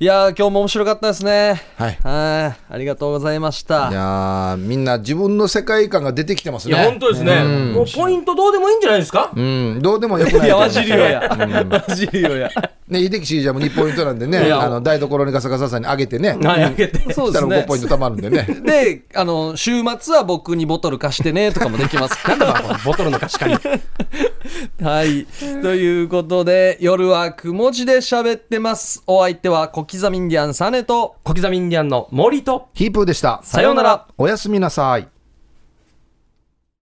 A: いやー今日も面白かったですね
C: はい
A: はいありがとうございました
C: いやーみんな自分の世界観が出てきてます
B: いや、
C: ね
B: 本当ですね。もうポイントどうでもいいんじゃないですか
C: うんどうでもよくないい
A: や、わじりよや。
C: うん
A: わじりよや。
C: ね秀樹シージャーも2ポイントなんで
B: い
C: ね
B: や
C: あの台所にガサガサさんにあげてね
B: はい、あげて。
A: そ
C: そうし
A: で
C: た
A: す
C: ら
A: ね
C: 5。ポイント貯まるんで ね
A: で、あの、週末は僕にボトル貸してね、とかもできます。
B: なんだこのボトルの貸し借り。
A: はい。ということで、夜はくも字で喋ってます。お相手は小刻みインディアンサネと、
B: 小刻みインディアンの森と、
C: ヒープーでした
B: さようなら。
C: おやすみなさい